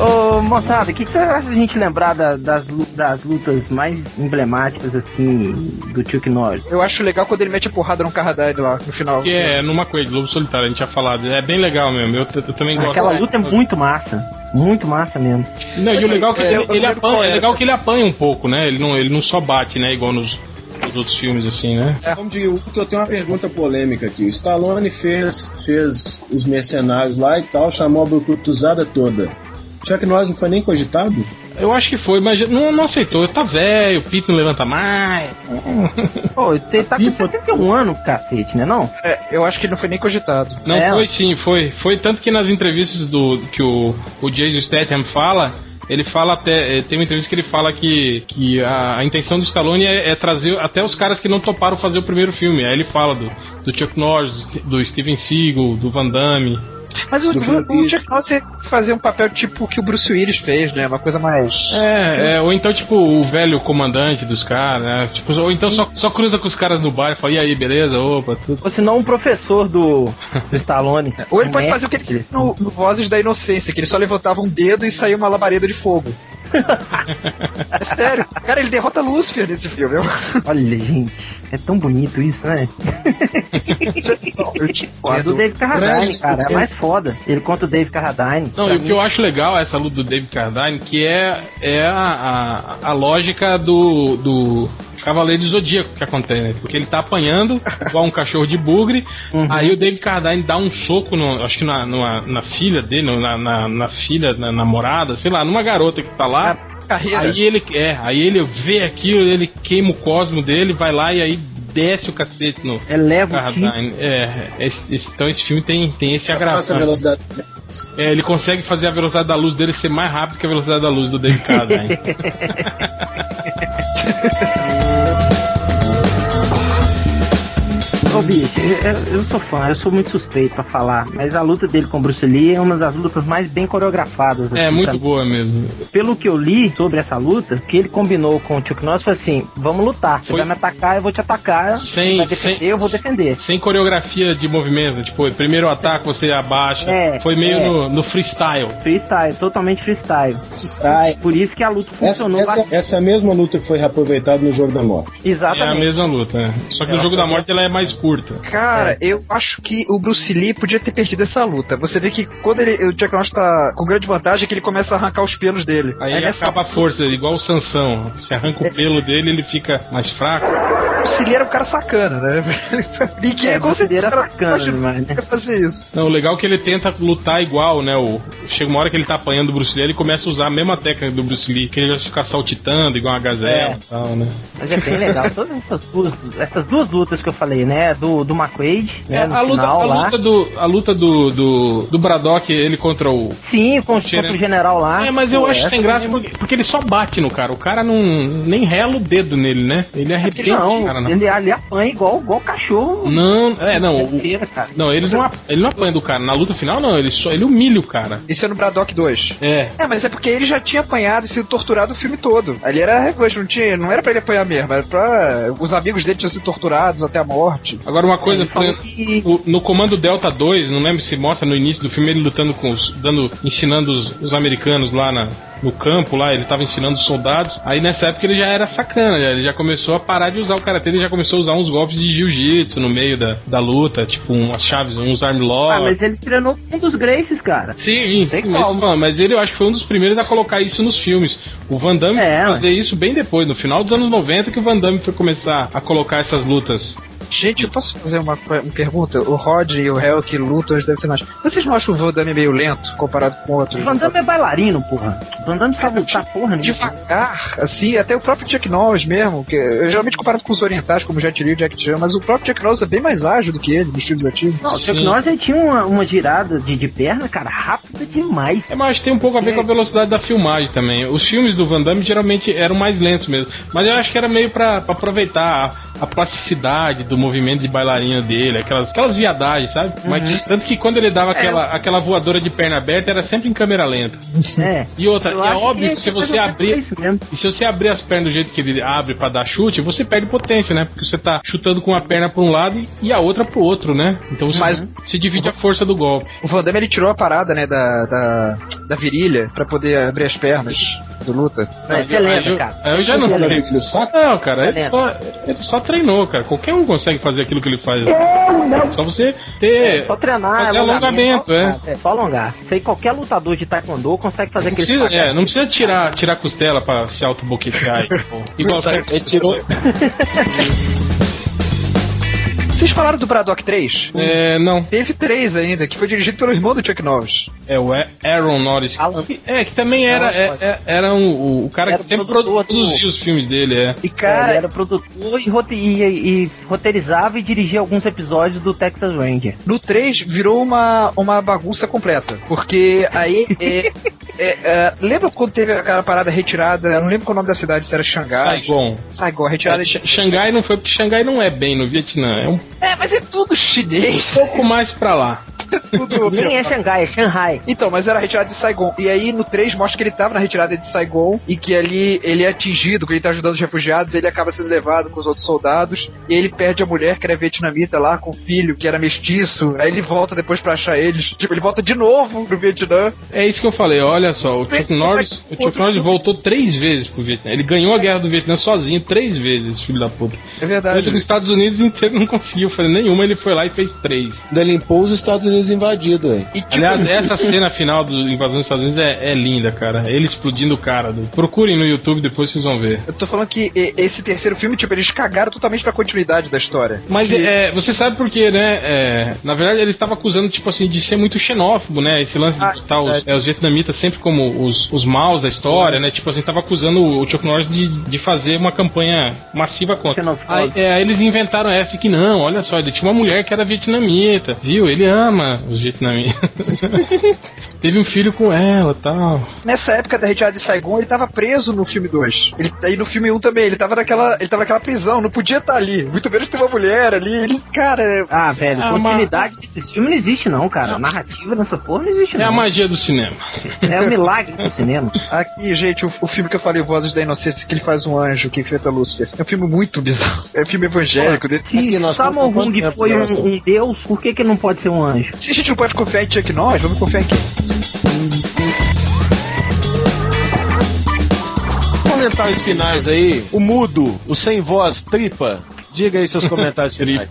S3: Ô, moçada, o que, que você acha da gente lembrar da- das, lu- das lutas mais emblemáticas, assim, do Chuck Norris?
S6: Eu acho legal quando ele mete a porrada no Carradine lá no final.
S1: Que é numa coisa, Lobo Solitário, a gente tinha falado. É bem legal mesmo. Eu, eu também gosto.
S3: Aquela luta é muito massa. Muito massa mesmo.
S1: Não, e o legal é que
S6: É, eu
S1: ele,
S6: não
S1: ele
S6: lembro qual
S1: apanha, é
S6: era.
S1: legal que ele apanha um pouco, né? Ele não, ele não só bate, né? Igual nos, nos outros filmes, assim, né?
S2: Como de Hulk, eu tenho uma pergunta polêmica aqui. O Stallone fez, fez os mercenários lá e tal, chamou a brucutuzada toda. Chuck Norris não foi nem cogitado?
S1: Eu acho que foi, mas não, não aceitou. Tá velho, o Pito não levanta mais.
S3: Pô, ele tá com
S2: Pipa.
S3: 71 anos, cacete, né não?
S6: É, eu acho que ele não foi nem cogitado.
S1: Não,
S3: É,
S1: foi sim, foi. Foi tanto que nas entrevistas do que o, o Jason Statham fala, ele fala até. eh, Tem uma entrevista que ele fala que, que a, a intenção do Stallone é, é trazer até os caras que não toparam fazer o primeiro filme. Aí ele fala do, do Chuck Norris, do Steven Seagal, do Van Damme.
S6: Mas o,
S2: Do
S6: o,
S2: Bruce
S6: o Chuck Norris ia fazer um papel tipo o que o Bruce Willis fez, né? Uma coisa mais.
S1: É, é, ou então, tipo, o velho comandante dos caras, né? Tipo, ou então só, só cruza com os caras no bar e fala, e aí, beleza? Opa, tudo.
S3: Ou senão um professor do, do Stallone.
S6: Ou ele
S3: Um
S6: pode
S3: mestre
S6: fazer o que ele fez no, no Vozes da Inocência, que ele só levantava um dedo e saía uma labareda de fogo. é sério, cara, ele derrota Lúcifer nesse filme. Eu,
S3: Olha, gente, é tão bonito isso, né? Pô, a
S6: é
S3: do Dave Carradine,
S2: Grande
S3: cara, é
S2: sucesso.
S3: mais foda. Ele conta o Dave Carradine.
S1: Não,
S3: pra
S1: e o que
S3: mim,
S1: eu acho legal é essa luta do David Cardine, que é, é a, a, a lógica do, do Cavaleiro do Zodíaco que acontece, né? Porque ele tá apanhando, igual um cachorro de bugre,
S3: Uhum.
S1: aí o David Cardine dá um soco, no, acho que na, numa- na filha dele, na, na, na filha, na namorada, sei lá, numa garota que tá lá.
S6: carreira.
S1: Aí ele, é, aí ele vê aquilo, ele queima o cosmo dele, vai lá e aí desce o cacete
S3: É,
S1: no
S3: Eleva o time.
S1: Cardine. É, esse- esse- então esse filme tem, tem esse
S2: Passa a
S1: agravante.
S2: velocidade.
S1: É, ele consegue fazer a velocidade da luz dele ser mais rápida que a velocidade da luz do David Carradine.
S3: Ô, bicho, eu, eu sou fã, eu sou muito suspeito pra falar, mas a luta dele com o Bruce Lee é uma das lutas mais bem coreografadas.
S1: é
S3: assim, pra
S1: muito
S3: mim.
S1: boa mesmo.
S3: Pelo que eu li sobre essa luta, que ele combinou com o Chuck Norris foi assim: vamos lutar, você
S1: Foi-
S3: vai me atacar, eu vou te atacar,
S1: Sem-
S3: você vai defender,
S1: sem-
S3: eu vou defender.
S1: Sem coreografia de movimento, tipo, primeiro ataque você abaixa.
S3: É,
S1: Foi meio
S3: é.
S1: no, no freestyle.
S3: Freestyle, totalmente freestyle.
S2: Ai,
S3: Por isso que a luta
S2: Essa,
S3: funcionou
S2: essa, é
S3: bastante.
S2: essa mesma luta que foi reaproveitada no Jogo da Morte.
S1: É a
S3: Exatamente.
S1: mesma luta, né? Só que no jogo da morte ela é mais curta.
S3: É.
S6: Cara, eu acho que o Bruce Lee podia ter perdido essa luta. Você vê que quando ele, o Jack Norris tá com grande vantagem, é que ele começa a arrancar os pelos dele.
S1: Aí
S6: é
S1: ele
S6: nessa
S1: acaba a força, igual o Sansão. Você arranca o pelo dele, ele fica mais fraco.
S6: o Bruce Lee era um cara sacana, né? Ninguém
S3: É,
S6: com
S3: Bruce Lee era
S6: certeza
S3: sacana
S6: imaginou
S3: demais, né?
S6: que ia fazer isso.
S1: Não, o legal é que ele tenta lutar igual, né? O... Chega uma hora que ele tá apanhando o Bruce Lee, ele começa a usar a mesma técnica do Bruce Lee, que ele já fica saltitando, igual uma gazela
S3: É.
S1: e tal, né?
S3: Mas é bem legal. Todas essas duas, essas duas lutas que eu falei, né? Do, do McQuaid, né?
S1: É,
S3: No
S1: a, luta,
S3: final
S1: a
S3: lá.
S1: luta do a luta do, do, do Braddock ele contra o
S3: Sim, com,
S1: Tira-
S3: contra o general lá.
S1: é, mas eu
S3: Ah, Pô,
S1: acho
S3: essa
S1: sem graça porque, porque ele só bate no cara. O cara não nem rela o dedo nele, né? Ele arrebenta o
S3: É Não,
S1: cara. Não,
S3: ele ali apanha igual, igual cachorro.
S1: não é não. o-
S3: Feira, cara.
S1: não, eles não, ap- ele não apanha do cara. Na luta final não, ele só ele humilha o cara.
S6: Isso é no Braddock 2.
S1: É.
S6: É, mas é porque ele já tinha apanhado e sido torturado o filme todo. Ali era revanche, não, tinha, não era pra ele apanhar mesmo, era pra. Os amigos dele tinham sido torturados até a morte.
S1: Agora uma coisa,
S3: Ele falou
S1: por-
S3: que-
S1: o- no Comando Delta 2, não lembro se mostra no início do filme ele lutando com os, dando, ensinando os, os americanos lá na, no campo, lá ele tava ensinando os soldados. Aí nessa época ele já era sacana, já- ele já começou a parar de usar o karatê, ele já começou a usar uns golpes de jiu-jitsu no meio da, da luta, tipo umas chaves, uns armlocks.
S3: Ah, mas ele treinou com um dos Graces, cara.
S1: Sim,
S3: Tem
S1: sim,
S3: como.
S1: isso, mano, mas ele eu acho que foi um dos primeiros a colocar isso nos filmes. O Van Damme
S3: É,
S1: foi
S3: ué.
S1: fazer isso bem depois, no final dos anos 90 que o Van Damme foi começar a colocar essas lutas.
S6: Gente, eu posso fazer uma, co- uma pergunta? O Rod e o Hell que lutam antes da cena. Vocês não acham o Van Damme meio lento comparado com outros?
S3: Van Damme é bailarino, porra. Van Damme sabe lutar porra nenhuma.
S6: Devagar, assim, até o próprio Chuck Norris mesmo, que é geralmente comparado com os orientais, como Jet Li e Jack Chan, mas o próprio Chuck Norris é bem mais ágil do que ele nos filmes antigos.
S3: Não, o Chuck
S1: Sim.
S3: Norris ele tinha uma, uma girada de, de perna, cara, rápida demais.
S1: É, mas tem um pouco a ver com a velocidade da filmagem também. Os filmes do Van Damme geralmente eram mais lentos mesmo. Mas eu acho que era meio pra, pra aproveitar a, a plasticidade do movimento de bailarina dele, aquelas, aquelas viadagens, sabe?
S3: Uhum.
S1: Mas tanto que quando ele dava aquela, aquela voadora de perna aberta, era sempre em câmera lenta.
S3: É.
S1: E outra,
S3: Eu
S1: é
S3: acho
S1: óbvio que,
S3: é
S1: se você
S3: coisa pra
S1: abrir.
S3: isso mesmo.
S1: E se você abrir as pernas do jeito que ele abre pra dar chute, você perde potência, né? Porque você tá chutando com uma perna pra um lado e a outra pro outro, né? Então você
S6: Mas-
S1: se divide a força do golpe.
S6: O Van Damme ele tirou a parada, né, da, da, da virilha pra poder abrir as pernas do luta.
S3: Mas você
S1: Aí eu,
S3: lembra, É cara.
S1: aí eu já não
S2: Você era
S1: sei.
S2: filho do saco?
S1: Não, cara, ele
S3: Lembra.
S1: só, ele só treinou, cara. Qualquer um consegue fazer aquilo que ele faz. Só você
S3: É,
S1: ter.
S3: só treinar,
S1: fazer alongamento,
S3: só, é. Só alongar. Isso aí qualquer lutador de taekwondo consegue fazer
S1: Não
S3: aquele
S1: precisa,
S3: espacate.
S1: é, não precisa tirar, tirar a costela pra se auto-boquetear. tipo, Igual certo.
S2: Ele tirou.
S6: Vocês falaram do Braddock 3?
S1: É, não.
S6: Teve três ainda, que foi dirigido pelo irmão do Chuck Norris.
S1: É o A- Aaron Norris.
S3: Alan.
S1: É, que também era,
S3: Alan
S1: é- é- era um- o- o cara
S3: Era
S1: que sempre
S3: produtor
S1: produ-
S3: do-
S1: produzia os filmes dele, é.
S6: E
S3: Ele
S6: cara,
S3: era produtor e, rote- e- e- e roteirizava e dirigia alguns episódios do Texas Ranger.
S6: no 3 virou uma, uma bagunça completa. Porque aí. é- é, é, lembra quando teve aquela parada retirada? Eu não lembro qual o nome da cidade, se era Xangai.
S1: Saigon.
S6: Saigon, retirada de
S1: É, Tá Xangai não foi, porque Xangai não é bem no Vietnã. É um
S6: É, mas é tudo chinês.
S1: pouco mais pra lá.
S6: Tudo
S3: Nem é Xangai, é Shanghai.
S6: Então, mas era a retirada de Saigon. E aí no 3 mostra que ele tava na retirada de Saigon e que ali ele é atingido, que ele tá ajudando os refugiados, ele acaba sendo levado com os outros soldados, e aí ele perde a mulher que era vietnamita lá, com o filho que era mestiço, aí ele volta depois pra achar eles. Tipo, ele volta de novo pro Vietnã.
S1: É isso que eu falei, olha só, o Chuck Norris, o Chuck Norris voltou três vezes pro Vietnã. Ele ganhou a guerra do Vietnã sozinho três vezes, filho da puta.
S6: É
S1: Mas os
S6: verdade.
S1: Estados Unidos inteiro não conseguiu fazer nenhuma, ele foi lá e fez três.
S2: Ele limpou os Estados Unidos invadidos, aí.
S6: E tipo,
S1: Aliás, essa cena final do Invasão dos Estados Unidos é, é linda, cara. Ele explodindo o cara. do- Procurem no YouTube, depois vocês vão ver.
S6: eu tô falando que e- esse terceiro filme, tipo, eles cagaram totalmente pra continuidade da história.
S1: Mas
S6: Que-
S1: é, você sabe por quê, né? É, na verdade, ele estava acusando, tipo assim, de ser muito xenófobo, né? Esse lance
S3: Ah,
S1: de tratar os, é, os vietnamitas sempre como os, os maus da história, né? Tipo assim, estava acusando o Chuck Norris de, de fazer uma campanha massiva contra.
S3: Xenofóbico.
S1: Aí, é, aí eles inventaram essa de que não, olha só, ele tinha uma mulher que era vietnamita, viu? Ele ama os vietnamitas. Teve um filho com ela tal.
S6: Nessa época da retirada de Saigon, ele tava preso no filme 2. Ele, aí no filme 1 também, ele tava naquela. Ele tava naquela prisão, não podia estar ali. Muito menos ter uma mulher ali. Ele, cara,
S2: É
S3: Ah, velho,
S1: Ah,
S3: continuidade desse filme não existe não, cara. A narrativa nessa porra não existe
S1: É a
S3: não.
S1: magia do cinema.
S3: É um milagre do cinema.
S6: Aqui, gente, o, o filme que eu falei, Vozes da Inocência, que ele faz um anjo que enfrenta Lúcifer. É um filme muito bizarro. É um filme evangélico. desse-
S2: Aqui,
S3: Se
S2: nós
S3: Sammo
S2: estamos com quanto
S3: Hung
S2: tempo
S3: foi
S2: de
S3: um,
S2: gravação?
S3: um deus, por que que não pode ser um anjo?
S6: Se a gente não pode confiar em Chuck Norris, vamos confiar em quem?
S2: Comentários finais aí. O mudo, o sem voz, tripa. Diga aí seus comentários finais.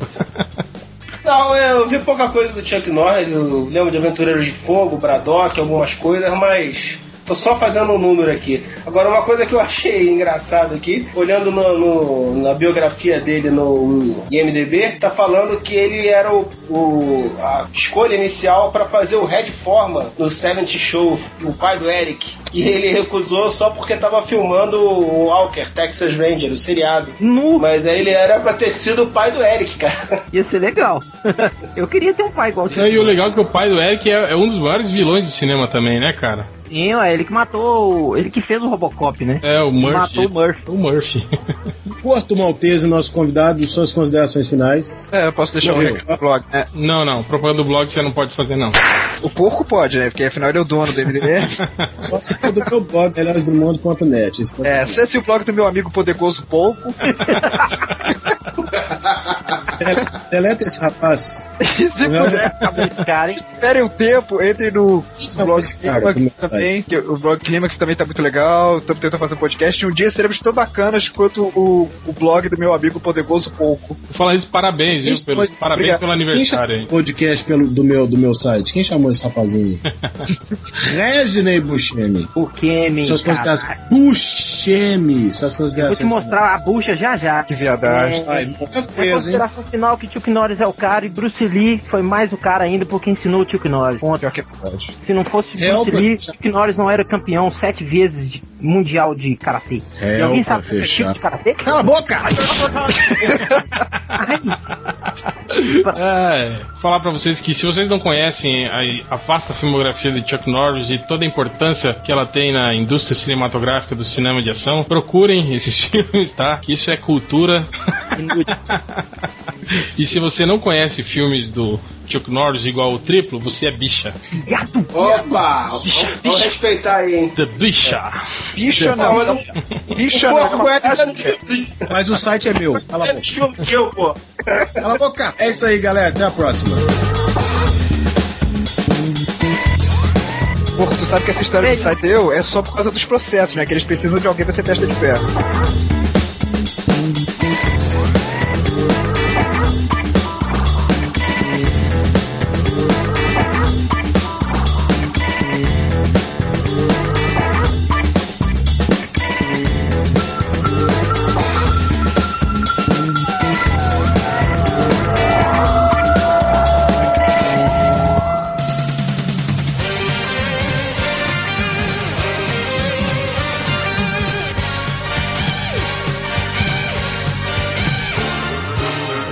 S5: Não, eu vi pouca coisa do Chuck Norris, eu lembro de Aventureiros de Fogo, Braddock, algumas coisas, mas tô só fazendo um número aqui. Agora, uma coisa que eu achei engraçado aqui, olhando no- no- na biografia dele no IMDB, tá falando que ele era o, o- a escolha inicial para fazer o Red Forma no 70 Show, o pai do Eric. E ele recusou só porque tava filmando o Walker, Texas Ranger, o seriado.
S3: Nu,
S5: Mas aí ele era pra ter sido o pai do Eric, cara.
S3: ia ser legal. Eu queria ter um pai igual o
S1: Não, E o legal é que o pai do Eric é, é um dos maiores vilões do cinema também, né, cara?
S3: Sim, ué, é, ele que matou. o- Ele que fez o Robocop, né?
S1: É, o Murphy.
S3: Matou o Murphy.
S1: O Murphy.
S2: Porto Maltese, nosso convidado, suas considerações finais.
S6: É, eu posso deixar o
S2: Morreu.
S6: recado no blog, né?
S1: Não, não, propaganda do blog você não pode fazer, não.
S6: O porco pode, né? Porque afinal ele é o dono do MDB.
S2: Só se for do meu blog, melhoresdomundo.net. Esse pode-
S6: é, acesse o blog do meu amigo Poderoso Polco.
S2: Dele- Deleta esse rapaz.
S6: E se puder,
S3: Acabou esse cara, hein?
S6: esperem o um tempo, entrem no
S2: Esse
S6: blog
S2: rapaz, cara, como é
S6: Climax
S2: que faz?
S6: também, que o blog Climax também tá muito legal, estamos tentando fazer um podcast, e um dia seremos tão bacanas quanto o, o blog do meu amigo Poderoso Pouco.
S1: Vou falar isso, parabéns, viu?
S2: Isso,
S1: pelo-
S2: pode-
S1: parabéns
S6: obrigado.
S1: pelo
S2: Quem chamou
S1: aniversário
S2: o
S1: aí.
S2: podcast pelo, do, meu, do meu site? Quem chamou esse rapazinho? Reginei Buscemi.
S3: O Kemi.
S2: Suas
S3: cara.
S2: considerações. Buscemi. Suas
S3: Vou
S2: considerações.
S3: te mostrar a bucha já já.
S6: Que viadagem.
S2: Ai, muita
S3: A
S2: coisa, hein?
S3: consideração final que Chuck Norris é o cara e Bruce Lee foi mais o cara ainda porque ensinou o Chuck Norris. Ponto.
S6: Pior que é verdade.
S3: Se não fosse
S2: Helpa.
S3: Bruce Lee, Chuck Norris não era campeão sete vezes de- mundial de karatê.
S2: Helpa,
S3: E alguém sabe fazer
S2: fechar.
S3: tipo de karatê?
S2: Cala a boca!
S1: É, falar pra vocês que se vocês não conhecem a, a vasta filmografia de Chuck Norris e toda a importância que ela tem na indústria cinematográfica do cinema de ação, procurem esses filmes, tá? Que isso é cultura.
S3: Inútil.
S1: E se você não conhece filmes do Chuck Norris igual o triplo, você é bicha.
S5: Opa! Vamos, vamos respeitar aí, hein?
S1: The bicha.
S6: Bicha não.
S5: mas
S2: né?
S6: Bicha
S5: O
S6: não.
S5: porco é
S6: é uma-
S2: Mas o site é meu. Cala a boca.
S5: filme que eu, pô.
S2: Cala a boca. É isso aí, galera. Até a próxima.
S6: Porco, tu sabe que essa história do site eu é só por causa dos processos, né? Que eles precisam de alguém pra ser testa de ferro.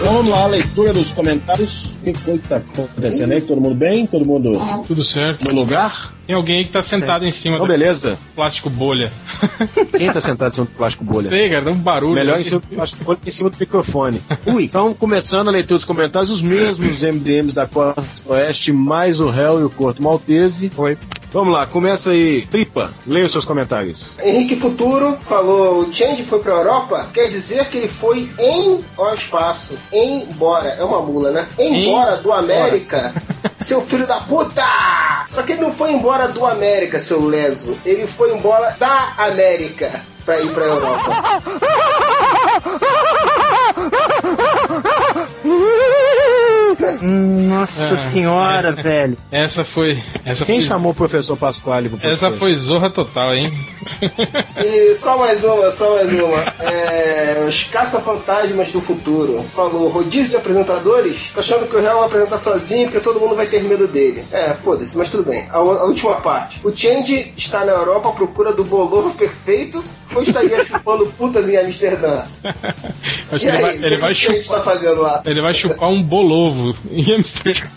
S2: Então vamos lá, leitura dos comentários. O que foi que tá acontecendo aí? Todo mundo bem? Todo mundo
S1: Tudo certo.
S2: no lugar?
S1: Tem alguém aí que tá sentado em cima
S2: Então,
S1: do
S2: beleza.
S1: plástico bolha.
S2: Quem tá sentado em cima do plástico bolha?
S1: Sei, cara, dá um barulho.
S2: Melhor em cima do plástico bolha que em cima do microfone. Então, começando a leitura dos comentários, os mesmos MDMs da Costa Oeste, mais o réu e o Corto Maltese.
S6: Foi.
S2: Vamos lá, começa aí. Tripa, leia os seus comentários.
S5: Henrique Futuro falou: o Change foi pra Europa, quer dizer que ele foi em ao espaço, embora, é uma mula, né? Embora do América, seu filho da puta! Só que ele não foi embora do América, seu leso, ele foi embora da América pra ir pra Europa.
S3: Nossa
S1: Ah.
S3: senhora, velho.
S1: Essa foi. Essa
S2: Quem
S1: foi...
S2: chamou o professor Pasquale? pro
S1: Essa
S2: podcast?
S1: foi zorra total, hein?
S5: E só mais uma, só mais uma. É, os caça-fantasmas do futuro. Falou, rodízio de apresentadores? Tô achando que o Real vai apresentar sozinho porque todo mundo vai ter medo dele. É, foda-se, mas tudo bem. A, a última parte. O Change está na Europa à procura do bolovo perfeito ou estaria chupando putas em Amsterdã?
S1: Acho que
S5: E
S1: ele
S5: aí,
S1: vai, ele
S5: o
S1: vai
S5: que o Change
S1: chupar.
S5: está fazendo lá?
S1: Ele vai chupar um bolovo em Amsterdã.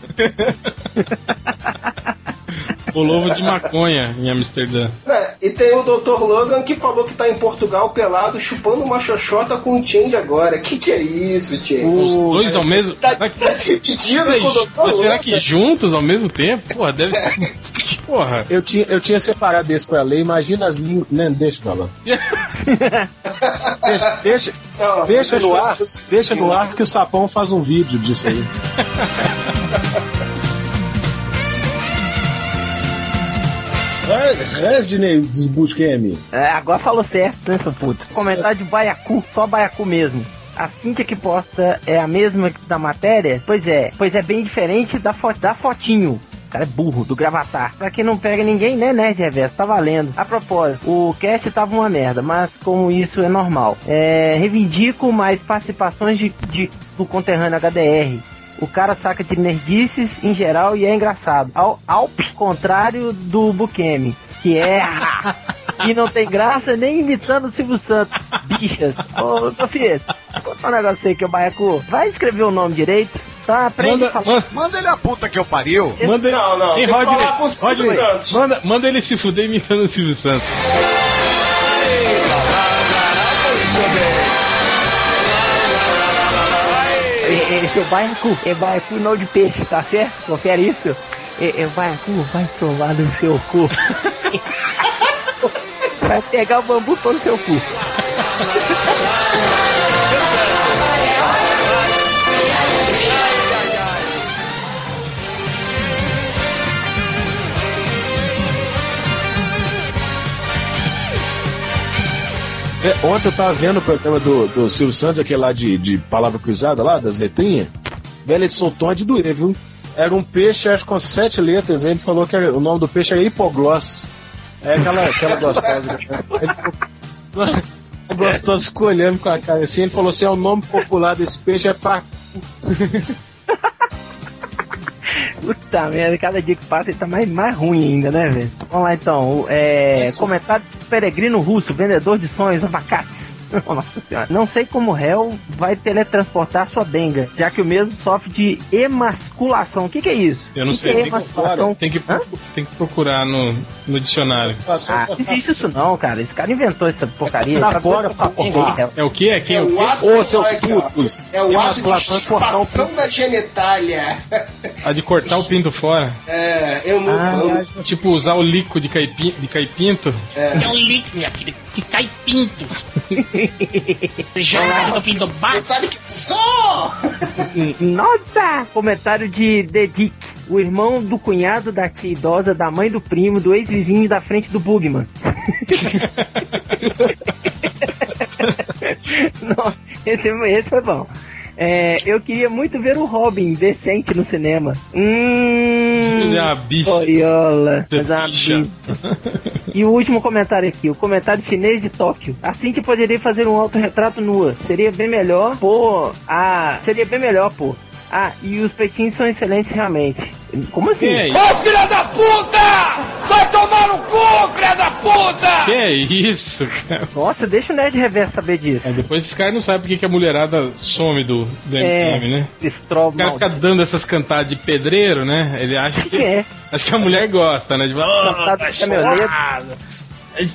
S1: bolovo de maconha em Amsterdã.
S5: É, e tem o Dr. Logan que falou que tá em Portugal pelado chupando uma xoxota com o Change agora. Que que é isso, Change?
S1: Os dois ao mesmo.
S5: Tá,
S1: Será que-
S5: tá dividido com o Dr.
S1: Mas
S5: Logan.
S1: será que juntos ao mesmo tempo? Porra, deve. Porra.
S2: Eu tinha, eu tinha separado esse pra ler, imagina as línguas. Não, deixa pra lá. deixa, deixa,
S5: Não,
S2: deixa no ar, deixa no ar que o Sapão faz um vídeo disso aí. Ai, Redney Busquemi.
S3: É, agora falou certo, né, seu puto? Comentário de baiacu, só baiacu mesmo. A Cintia que posta é a mesma da matéria? Pois é, pois é bem diferente da, fo da fotinho. O cara é burro, do gravatar. Pra quem não pega ninguém, né, Nerd Reverso? Tá valendo. A propósito, o cast tava uma merda, mas como isso é normal. É, reivindico mais participações de, de- do conterrâneo HDR. O cara saca de nerdices em geral e é engraçado. Ao, ao contrário do Bukemi, que é. e não tem graça nem imitando o Silvio Santos. Bichas. Ô, Sofia, conta um negócio aí que o Baiacu. Vai escrever o nome direito, tá? Aprende a
S1: Manda,
S3: falar.
S1: manda,
S8: Manda ele a puta que eu pariu.
S1: manda,
S5: Não, não,
S1: Ei,
S5: tem que
S1: Rodney,
S5: falar com o Silvio
S1: Rodney,
S5: Santos.
S1: manda, manda ele se fuder imitando o Silvio Santos.
S3: É, é, seu Baiacu, é Baiacu não de peixe, tá certo? Confere isso. É, é Baiacu, vai tomar no seu cu. vai pegar o bambu todo no seu cu.
S2: É, ontem eu tava vendo o programa do, do Silvio Santos, aquele lá de, de palavra cruzada lá, das letrinhas. Velho, ele soltou uma de doer, viu? Era um peixe, acho que com sete letras, ele falou que era- o nome do peixe era hipogloss. É aquela, aquela gostosa. que- Ele ficou- o gostoso ficou olhando com a cara assim, ele falou assim, é o nome popular desse peixe é pra...
S3: Puta merda, cada dia que passa ele tá mais, mais ruim ainda, né, velho? Vamos lá então, o, é, comentário do peregrino russo, vendedor de sonhos, abacate. Nossa senhora. Não sei como o réu vai teletransportar sua benga, já que o mesmo sofre de emasculação maculação. O que, que é isso?
S1: Eu não
S3: Que
S1: sei,
S3: Que é
S1: tem que-
S3: maculação?
S1: Tem que,
S3: Hã?
S1: tem que procurar no, no dicionário.
S2: Passou
S3: Ah,
S2: pra-
S3: não existe isso não, cara. Esse cara inventou essa porcaria.
S2: Tá
S3: Essa
S2: fora,
S3: coisa
S2: porra.
S3: ninguém,
S1: É o que? É quem?
S5: É o ato
S2: Ô, seus
S5: olha aqui, ó.
S2: putos.
S5: É o
S2: Tem
S5: ato de
S2: maculação de cortar um o
S5: extirpação da genitália.
S1: A de cortar o pinto fora.
S5: É, eu não.
S3: Ah,
S5: eu-
S1: Tipo, usar o líquido de, caipi, de caipinto.
S9: É um líquido, minha filha, que cai pinto. Você joga no pinto
S5: Você
S9: baixo.
S5: sabe que só
S3: Nossa! Comentário de The Dick, o irmão do cunhado da tia idosa, da mãe do primo, do ex-vizinho da frente do Bugman. Nossa, esse, esse foi bom. É, eu queria muito ver o Robin decente no cinema. Hum.
S1: Ah, bicho.
S3: Oriola,
S1: Você
S3: mas é uma
S1: bicha.
S3: bicha. E o último comentário aqui, o comentário chinês de Tóquio. Assim que poderia fazer um autorretrato nua. Seria bem melhor, pô. Ah, seria bem melhor, pô. Ah, e os peitinhos são excelentes realmente. Como assim?
S1: Que é isso? Que é isso, cara?
S3: Nossa, deixa o Nerd Reverso saber disso.
S1: É, depois esses caras não sabem porque que a mulherada some do,
S3: É.
S1: do MTV, né?
S3: Estrobo
S1: O cara fica dando essas cantadas de pedreiro, né? Ele acha que,
S3: que é?
S1: acho que a mulher gosta, né? De falar, "Ah,
S3: Cantado de caminhoneiro.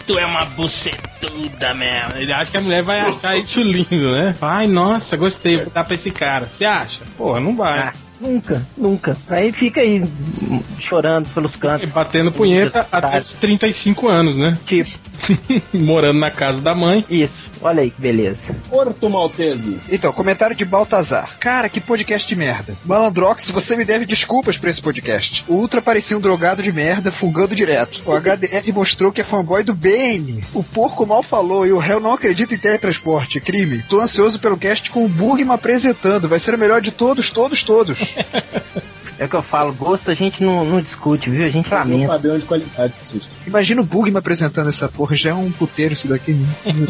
S9: Tu é uma bucetuda mesmo.
S1: É, Ele acha que a mulher vai achar isso lindo, né? Ai, nossa, gostei, vou dar pra esse cara. Você acha? Porra, não vai.
S3: Ah, nunca, nunca. Aí fica aí hum, chorando pelos
S1: E
S3: cantos.
S1: batendo punheta até os 35 anos, né?
S3: Tipo,
S1: Morando na casa da mãe.
S3: isso. Olha aí que beleza.
S2: Porto Maltese.
S6: Então, comentário de Baltazar. Cara, que podcast de merda. Malandrox, você me deve desculpas por esse podcast. O Ultra parecia um drogado de merda, fungando direto. O HDR mostrou que é fanboy do Bane. O porco mal falou e o réu não acredita em teletransporte. Crime. Tô ansioso pelo cast com o Burgman apresentando. Vai ser o melhor de todos, todos, todos.
S3: É o que eu falo, gosto a gente não, não discute, viu? A gente
S2: Um
S3: lamenta.
S2: padrão de qualidade. Susto.
S6: Imagina o Bugman apresentando essa porra, já é um puteiro isso daqui. né?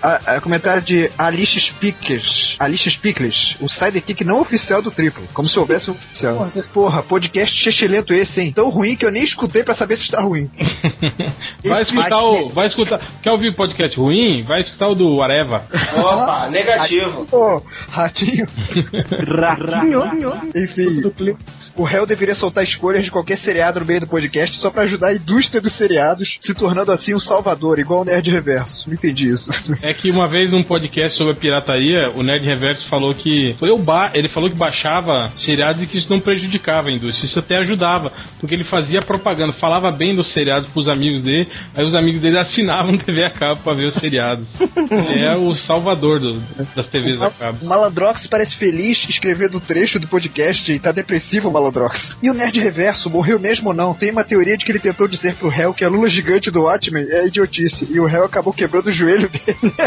S6: a, a- comentário de Alice Speakers. Alice Speakers, o sidekick não oficial do triplo. Como se houvesse um oficial. Porra, vocês- Porra, podcast chechelento esse, hein? Tão ruim que eu nem escutei pra saber se está ruim.
S1: Vai
S6: Esse-
S1: escutar o. Vai escutar. Quer ouvir podcast ruim? Vai escutar o do Areva.
S5: Opa, negativo.
S6: Ô, ratinho.
S3: Ra- ra- ra-
S6: Enfim,
S2: Do clipe.
S6: o réu deveria soltar escolhas de qualquer seriado no meio do podcast só pra ajudar a indústria dos seriados, se tornando assim um salvador, igual o Nerd Reverso. Não entendi isso.
S1: É que uma vez num podcast sobre a pirataria, o Nerd Reverso falou que. Foi o ba... Ele falou que baixava seriados e que isso não prejudicava a indústria. Isso até ajudava. Porque ele fazia propaganda, falava bem dos seriados pros amigos dele, aí os amigos dele assinavam TV a cabo pra ver os seriados. ele é o salvador do- das TVs a cabo.
S6: O Malandrox parece feliz escrevendo o trecho do podcast e tá depressivo o Malandrox. E o Nerd Reverso morreu mesmo ou não? Tem uma teoria de que ele tentou dizer pro réu que a lula gigante do Watchmen é idiotice e o réu acabou quebrando o joelho dele.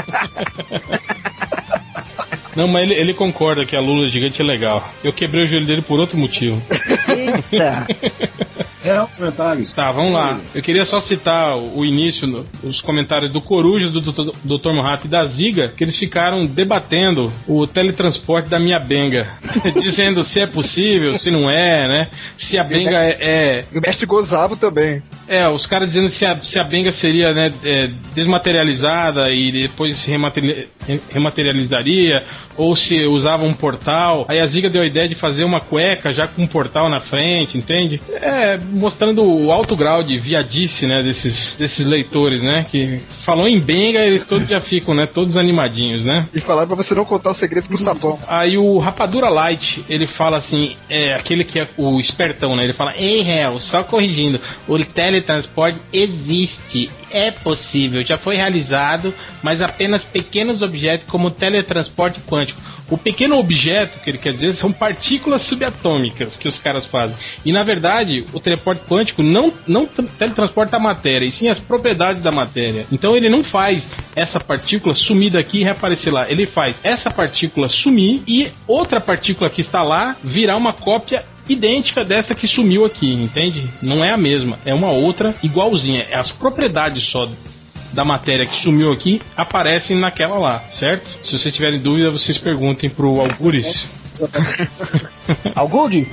S1: Não, mas ele, ele concorda que a Lula gigante é legal. Eu quebrei o joelho dele por outro motivo.
S3: Eita!
S2: É, os comentários.
S1: Tá, vamos lá. Eu queria só citar o o início, no- os comentários do Coruja, do Dr. Dr. Morrato e da Ziga, que eles ficaram debatendo o teletransporte da minha benga. Dizendo se é possível, se não é, né? Se a benga é. é,
S6: E o mestre Gozavo também.
S1: é, os caras dizendo se a, se a benga seria né, é, desmaterializada e depois se remateri- re- rematerializaria, ou se usava um portal. Aí a Ziga deu a ideia de fazer uma cueca já com um portal na frente, entende? É, mostrando o alto grau de viadice, né, desses, desses leitores, né? Que falou em benga, eles todos já ficam, né? Todos animadinhos, né?
S6: E falaram pra você não contar o segredo pro sapão.
S1: Aí o Rapadura Light, ele fala assim, é aquele que é o espertão, né? Ele fala, ei réu, só corrigindo, o teletransporte existe, é possível, já foi realizado, mas apenas pequenos objetos como o teletransporte quântico. O pequeno objeto que ele quer dizer são partículas subatômicas que os caras fazem. E na verdade, o teleporte quântico não, não tra- teletransporta a matéria, e sim as propriedades da matéria. Então ele não faz essa partícula sumir daqui e reaparecer lá. Ele faz essa partícula sumir e outra partícula que está lá virar uma cópia idêntica dessa que sumiu aqui, entende? Não é a mesma, é uma outra igualzinha. É as propriedades só da matéria que sumiu aqui aparecem naquela lá, certo? Se vocês tiverem dúvida, vocês perguntem pro Algures.
S3: Algug?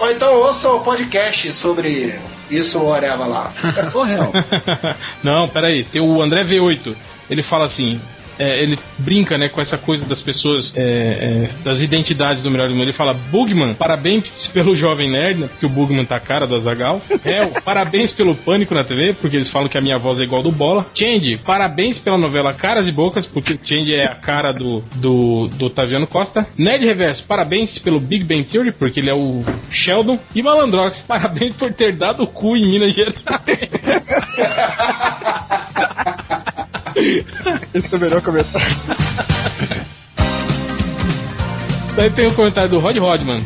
S5: Ou então ouça o podcast sobre isso, oreva lá.
S2: Ô, Real.
S1: Não, peraí, tem o André V8. Ele fala assim: é, ele brinca, né, com essa coisa das pessoas, é, é, das identidades do melhor do mundo. Ele fala, Bugman, parabéns pelo Jovem Nerd, né, porque o Bugman tá a cara do Azagal. Hell, parabéns pelo Pânico na TV, porque eles falam que a minha voz é igual do Bola. Change, parabéns pela novela Caras e Bocas, porque o Change é a cara do, do, do Otaviano Costa. Nerd Reverso, parabéns pelo Big Bang Theory, porque ele é o Sheldon. E Malandrox, parabéns por ter dado o cu em Minas Gerais.
S6: Esse é o melhor comentário.
S1: Daí tem o comentário do Rod Rodman.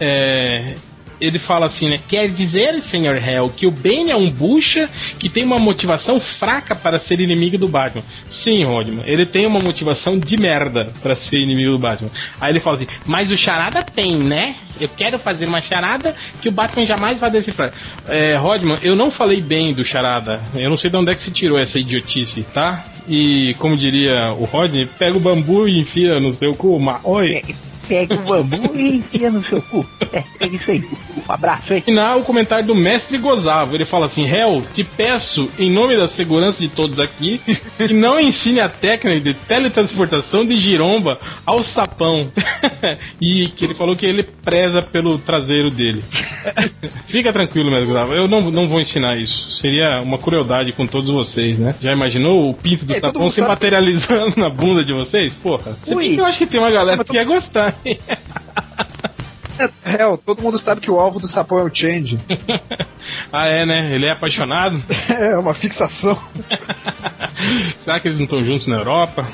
S1: É, ele fala assim, né? Quer dizer, Sr. Hell, que o Bane é um bucha que tem uma motivação fraca para ser inimigo do Batman. Sim, Rodman, ele tem uma motivação de merda para ser inimigo do Batman. Aí ele fala assim, mas o Charada tem, né? Eu quero fazer uma charada que o Batman jamais vai decifrar. É, Rodman, eu não falei bem do Charada. Eu não sei de onde é que se tirou essa idiotice, tá? E, como diria o Rodney, pega o bambu e enfia no seu cu. Uma... Oi.
S3: Pega o bambu e enfia no seu cu. É, é isso aí. Um abraço aí.
S1: final, o comentário do mestre Gozavo. Ele fala assim: Hel, te peço, em nome da segurança de todos aqui, que não ensine a técnica de teletransportação de giromba ao sapão. e que ele falou que ele preza pelo traseiro dele. Fica tranquilo, mestre Gozavo. Eu não, não vou ensinar isso. Seria uma crueldade com todos vocês, né? Já imaginou o pinto do
S6: É, todo
S1: sapão
S6: mundo
S1: se
S6: sabe.
S1: materializando na bunda de vocês? Porra. Se bem
S3: Ui.
S1: que Eu acho que tem uma galera que ia gostar. hein?
S6: É, Hell, todo mundo sabe que o alvo do sapão é o Change.
S1: ah, é, né? Ele é apaixonado.
S6: É uma fixação.
S1: Será que eles não estão juntos na Europa?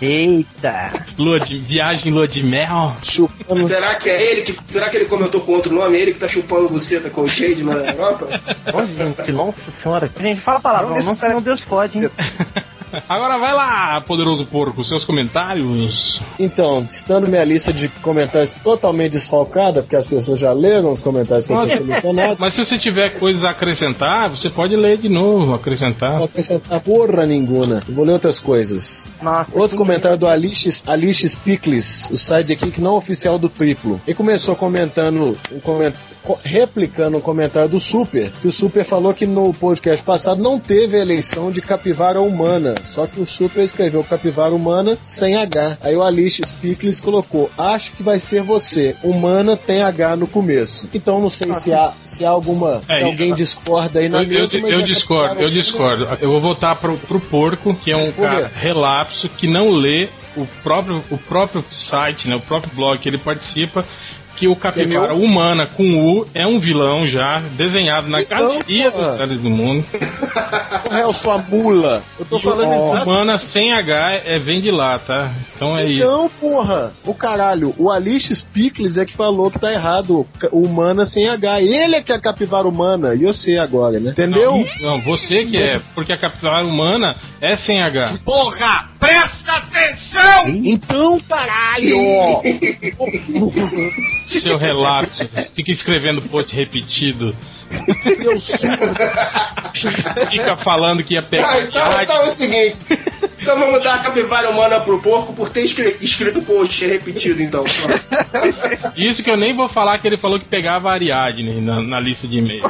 S3: Eita.
S1: Lua de viagem, lua de mel.
S2: Chupando.
S5: Será que é ele que. Será que ele comentou com outro nome? É ele que tá chupando buceta com o Shade na Europa?
S3: Ô, gente, nossa senhora. Gente, fala palavrão. Não, não Deus pode, hein?
S1: Agora vai lá, poderoso porco, seus comentários.
S2: Então, estando minha lista de comentários totalmente desfalcada, porque as pessoas já leram os comentários que eu tinha selecionado,
S1: Mas se você tiver coisas a acrescentar, você pode ler de novo,
S2: não
S1: acrescentar.
S2: vou acrescentar porra nenhuma. Eu Vou ler outras coisas.
S3: Nossa.
S2: Outro comentário do Alice, Alice Pickles, o sidekick não é oficial do triplo. Ele começou comentando, um comen- co- replicando um comentário do Super, que o Super falou que no podcast passado não teve a eleição de capivara humana, só que o Super escreveu capivara humana sem H. Aí o Alice Pickles colocou, acho que vai ser você, humana tem H no começo. Então não sei se há, se há alguma,
S1: É,
S2: se alguém
S1: isso.
S2: discorda aí
S1: Eu,
S2: na
S1: eu-
S2: mesa. mas
S1: eu
S2: a
S1: discordo,
S2: capivara
S1: eu
S2: humana-
S1: discordo. Eu vou voltar pro, pro porco, que é um
S2: Por quê?
S1: cara relapso, que não lê o próprio, o próprio site, né, o próprio blog que ele participa. Que o capivara
S2: Entendeu?
S1: humana com U é um vilão já desenhado na
S2: Então,
S1: cacia
S2: porra.
S1: dos caras do mundo.
S2: Porra, é sua mula. Eu tô falando exatamente.
S1: Humana sem H é vem de lá, tá? Então é isso.
S2: Então, porra, o caralho, o Alix Pickles é que falou que tá errado, o ca- o humana sem H. Ele é que é a capivara humana, e eu sei agora, né? Entendeu?
S1: Não, você que é, porque a capivara humana é sem H.
S8: Porra, presta atenção!
S2: Então, caralho!
S1: Seu relapso, fica escrevendo post repetido,
S2: Seu surdo.
S1: fica falando que ia
S5: Ah,
S1: pegar.
S5: então, então é o seguinte. Então vamos dar a capivara humana pro porco por ter escre- escrito post repetido, então.
S1: Isso que eu nem vou falar que ele falou que pegava a Ariadne na, na lista de e-mail.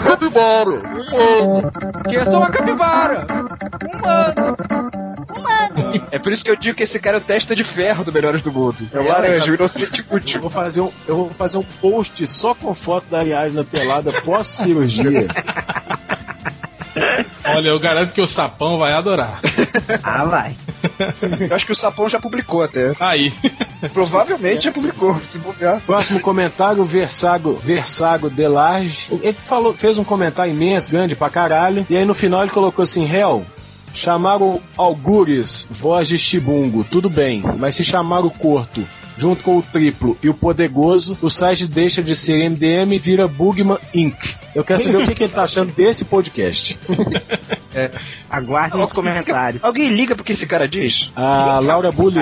S9: Que eu sou uma capivara!
S6: É por isso que eu digo que esse cara é o testa de ferro do Melhores do Mundo. É o laranja, o inocente
S2: Eu
S6: útil.
S2: vou fazer um, eu vou fazer um post só com foto da Ariadna pelada pós cirurgia.
S1: Olha, eu garanto que o sapão vai adorar.
S3: Ah, vai.
S6: Eu acho que o Sapão já publicou até.
S1: Tá Aí.
S6: Provavelmente já publicou, se bobear.
S2: Próximo comentário, o Versago, Versago Delarge. Ele falou, fez um comentário imenso, grande pra caralho. E aí no final ele colocou assim: réu. Chamaram algures, voz de chibungo, tudo bem, mas se chamaram o corto, junto com o triplo e o poderoso, o site deixa de ser MDM e vira Bugman Inc. Eu quero saber o que, que ele tá achando desse podcast.
S3: Aguarde os comentários.
S6: Alguém liga pro que esse cara diz?
S2: A Laura Bulli.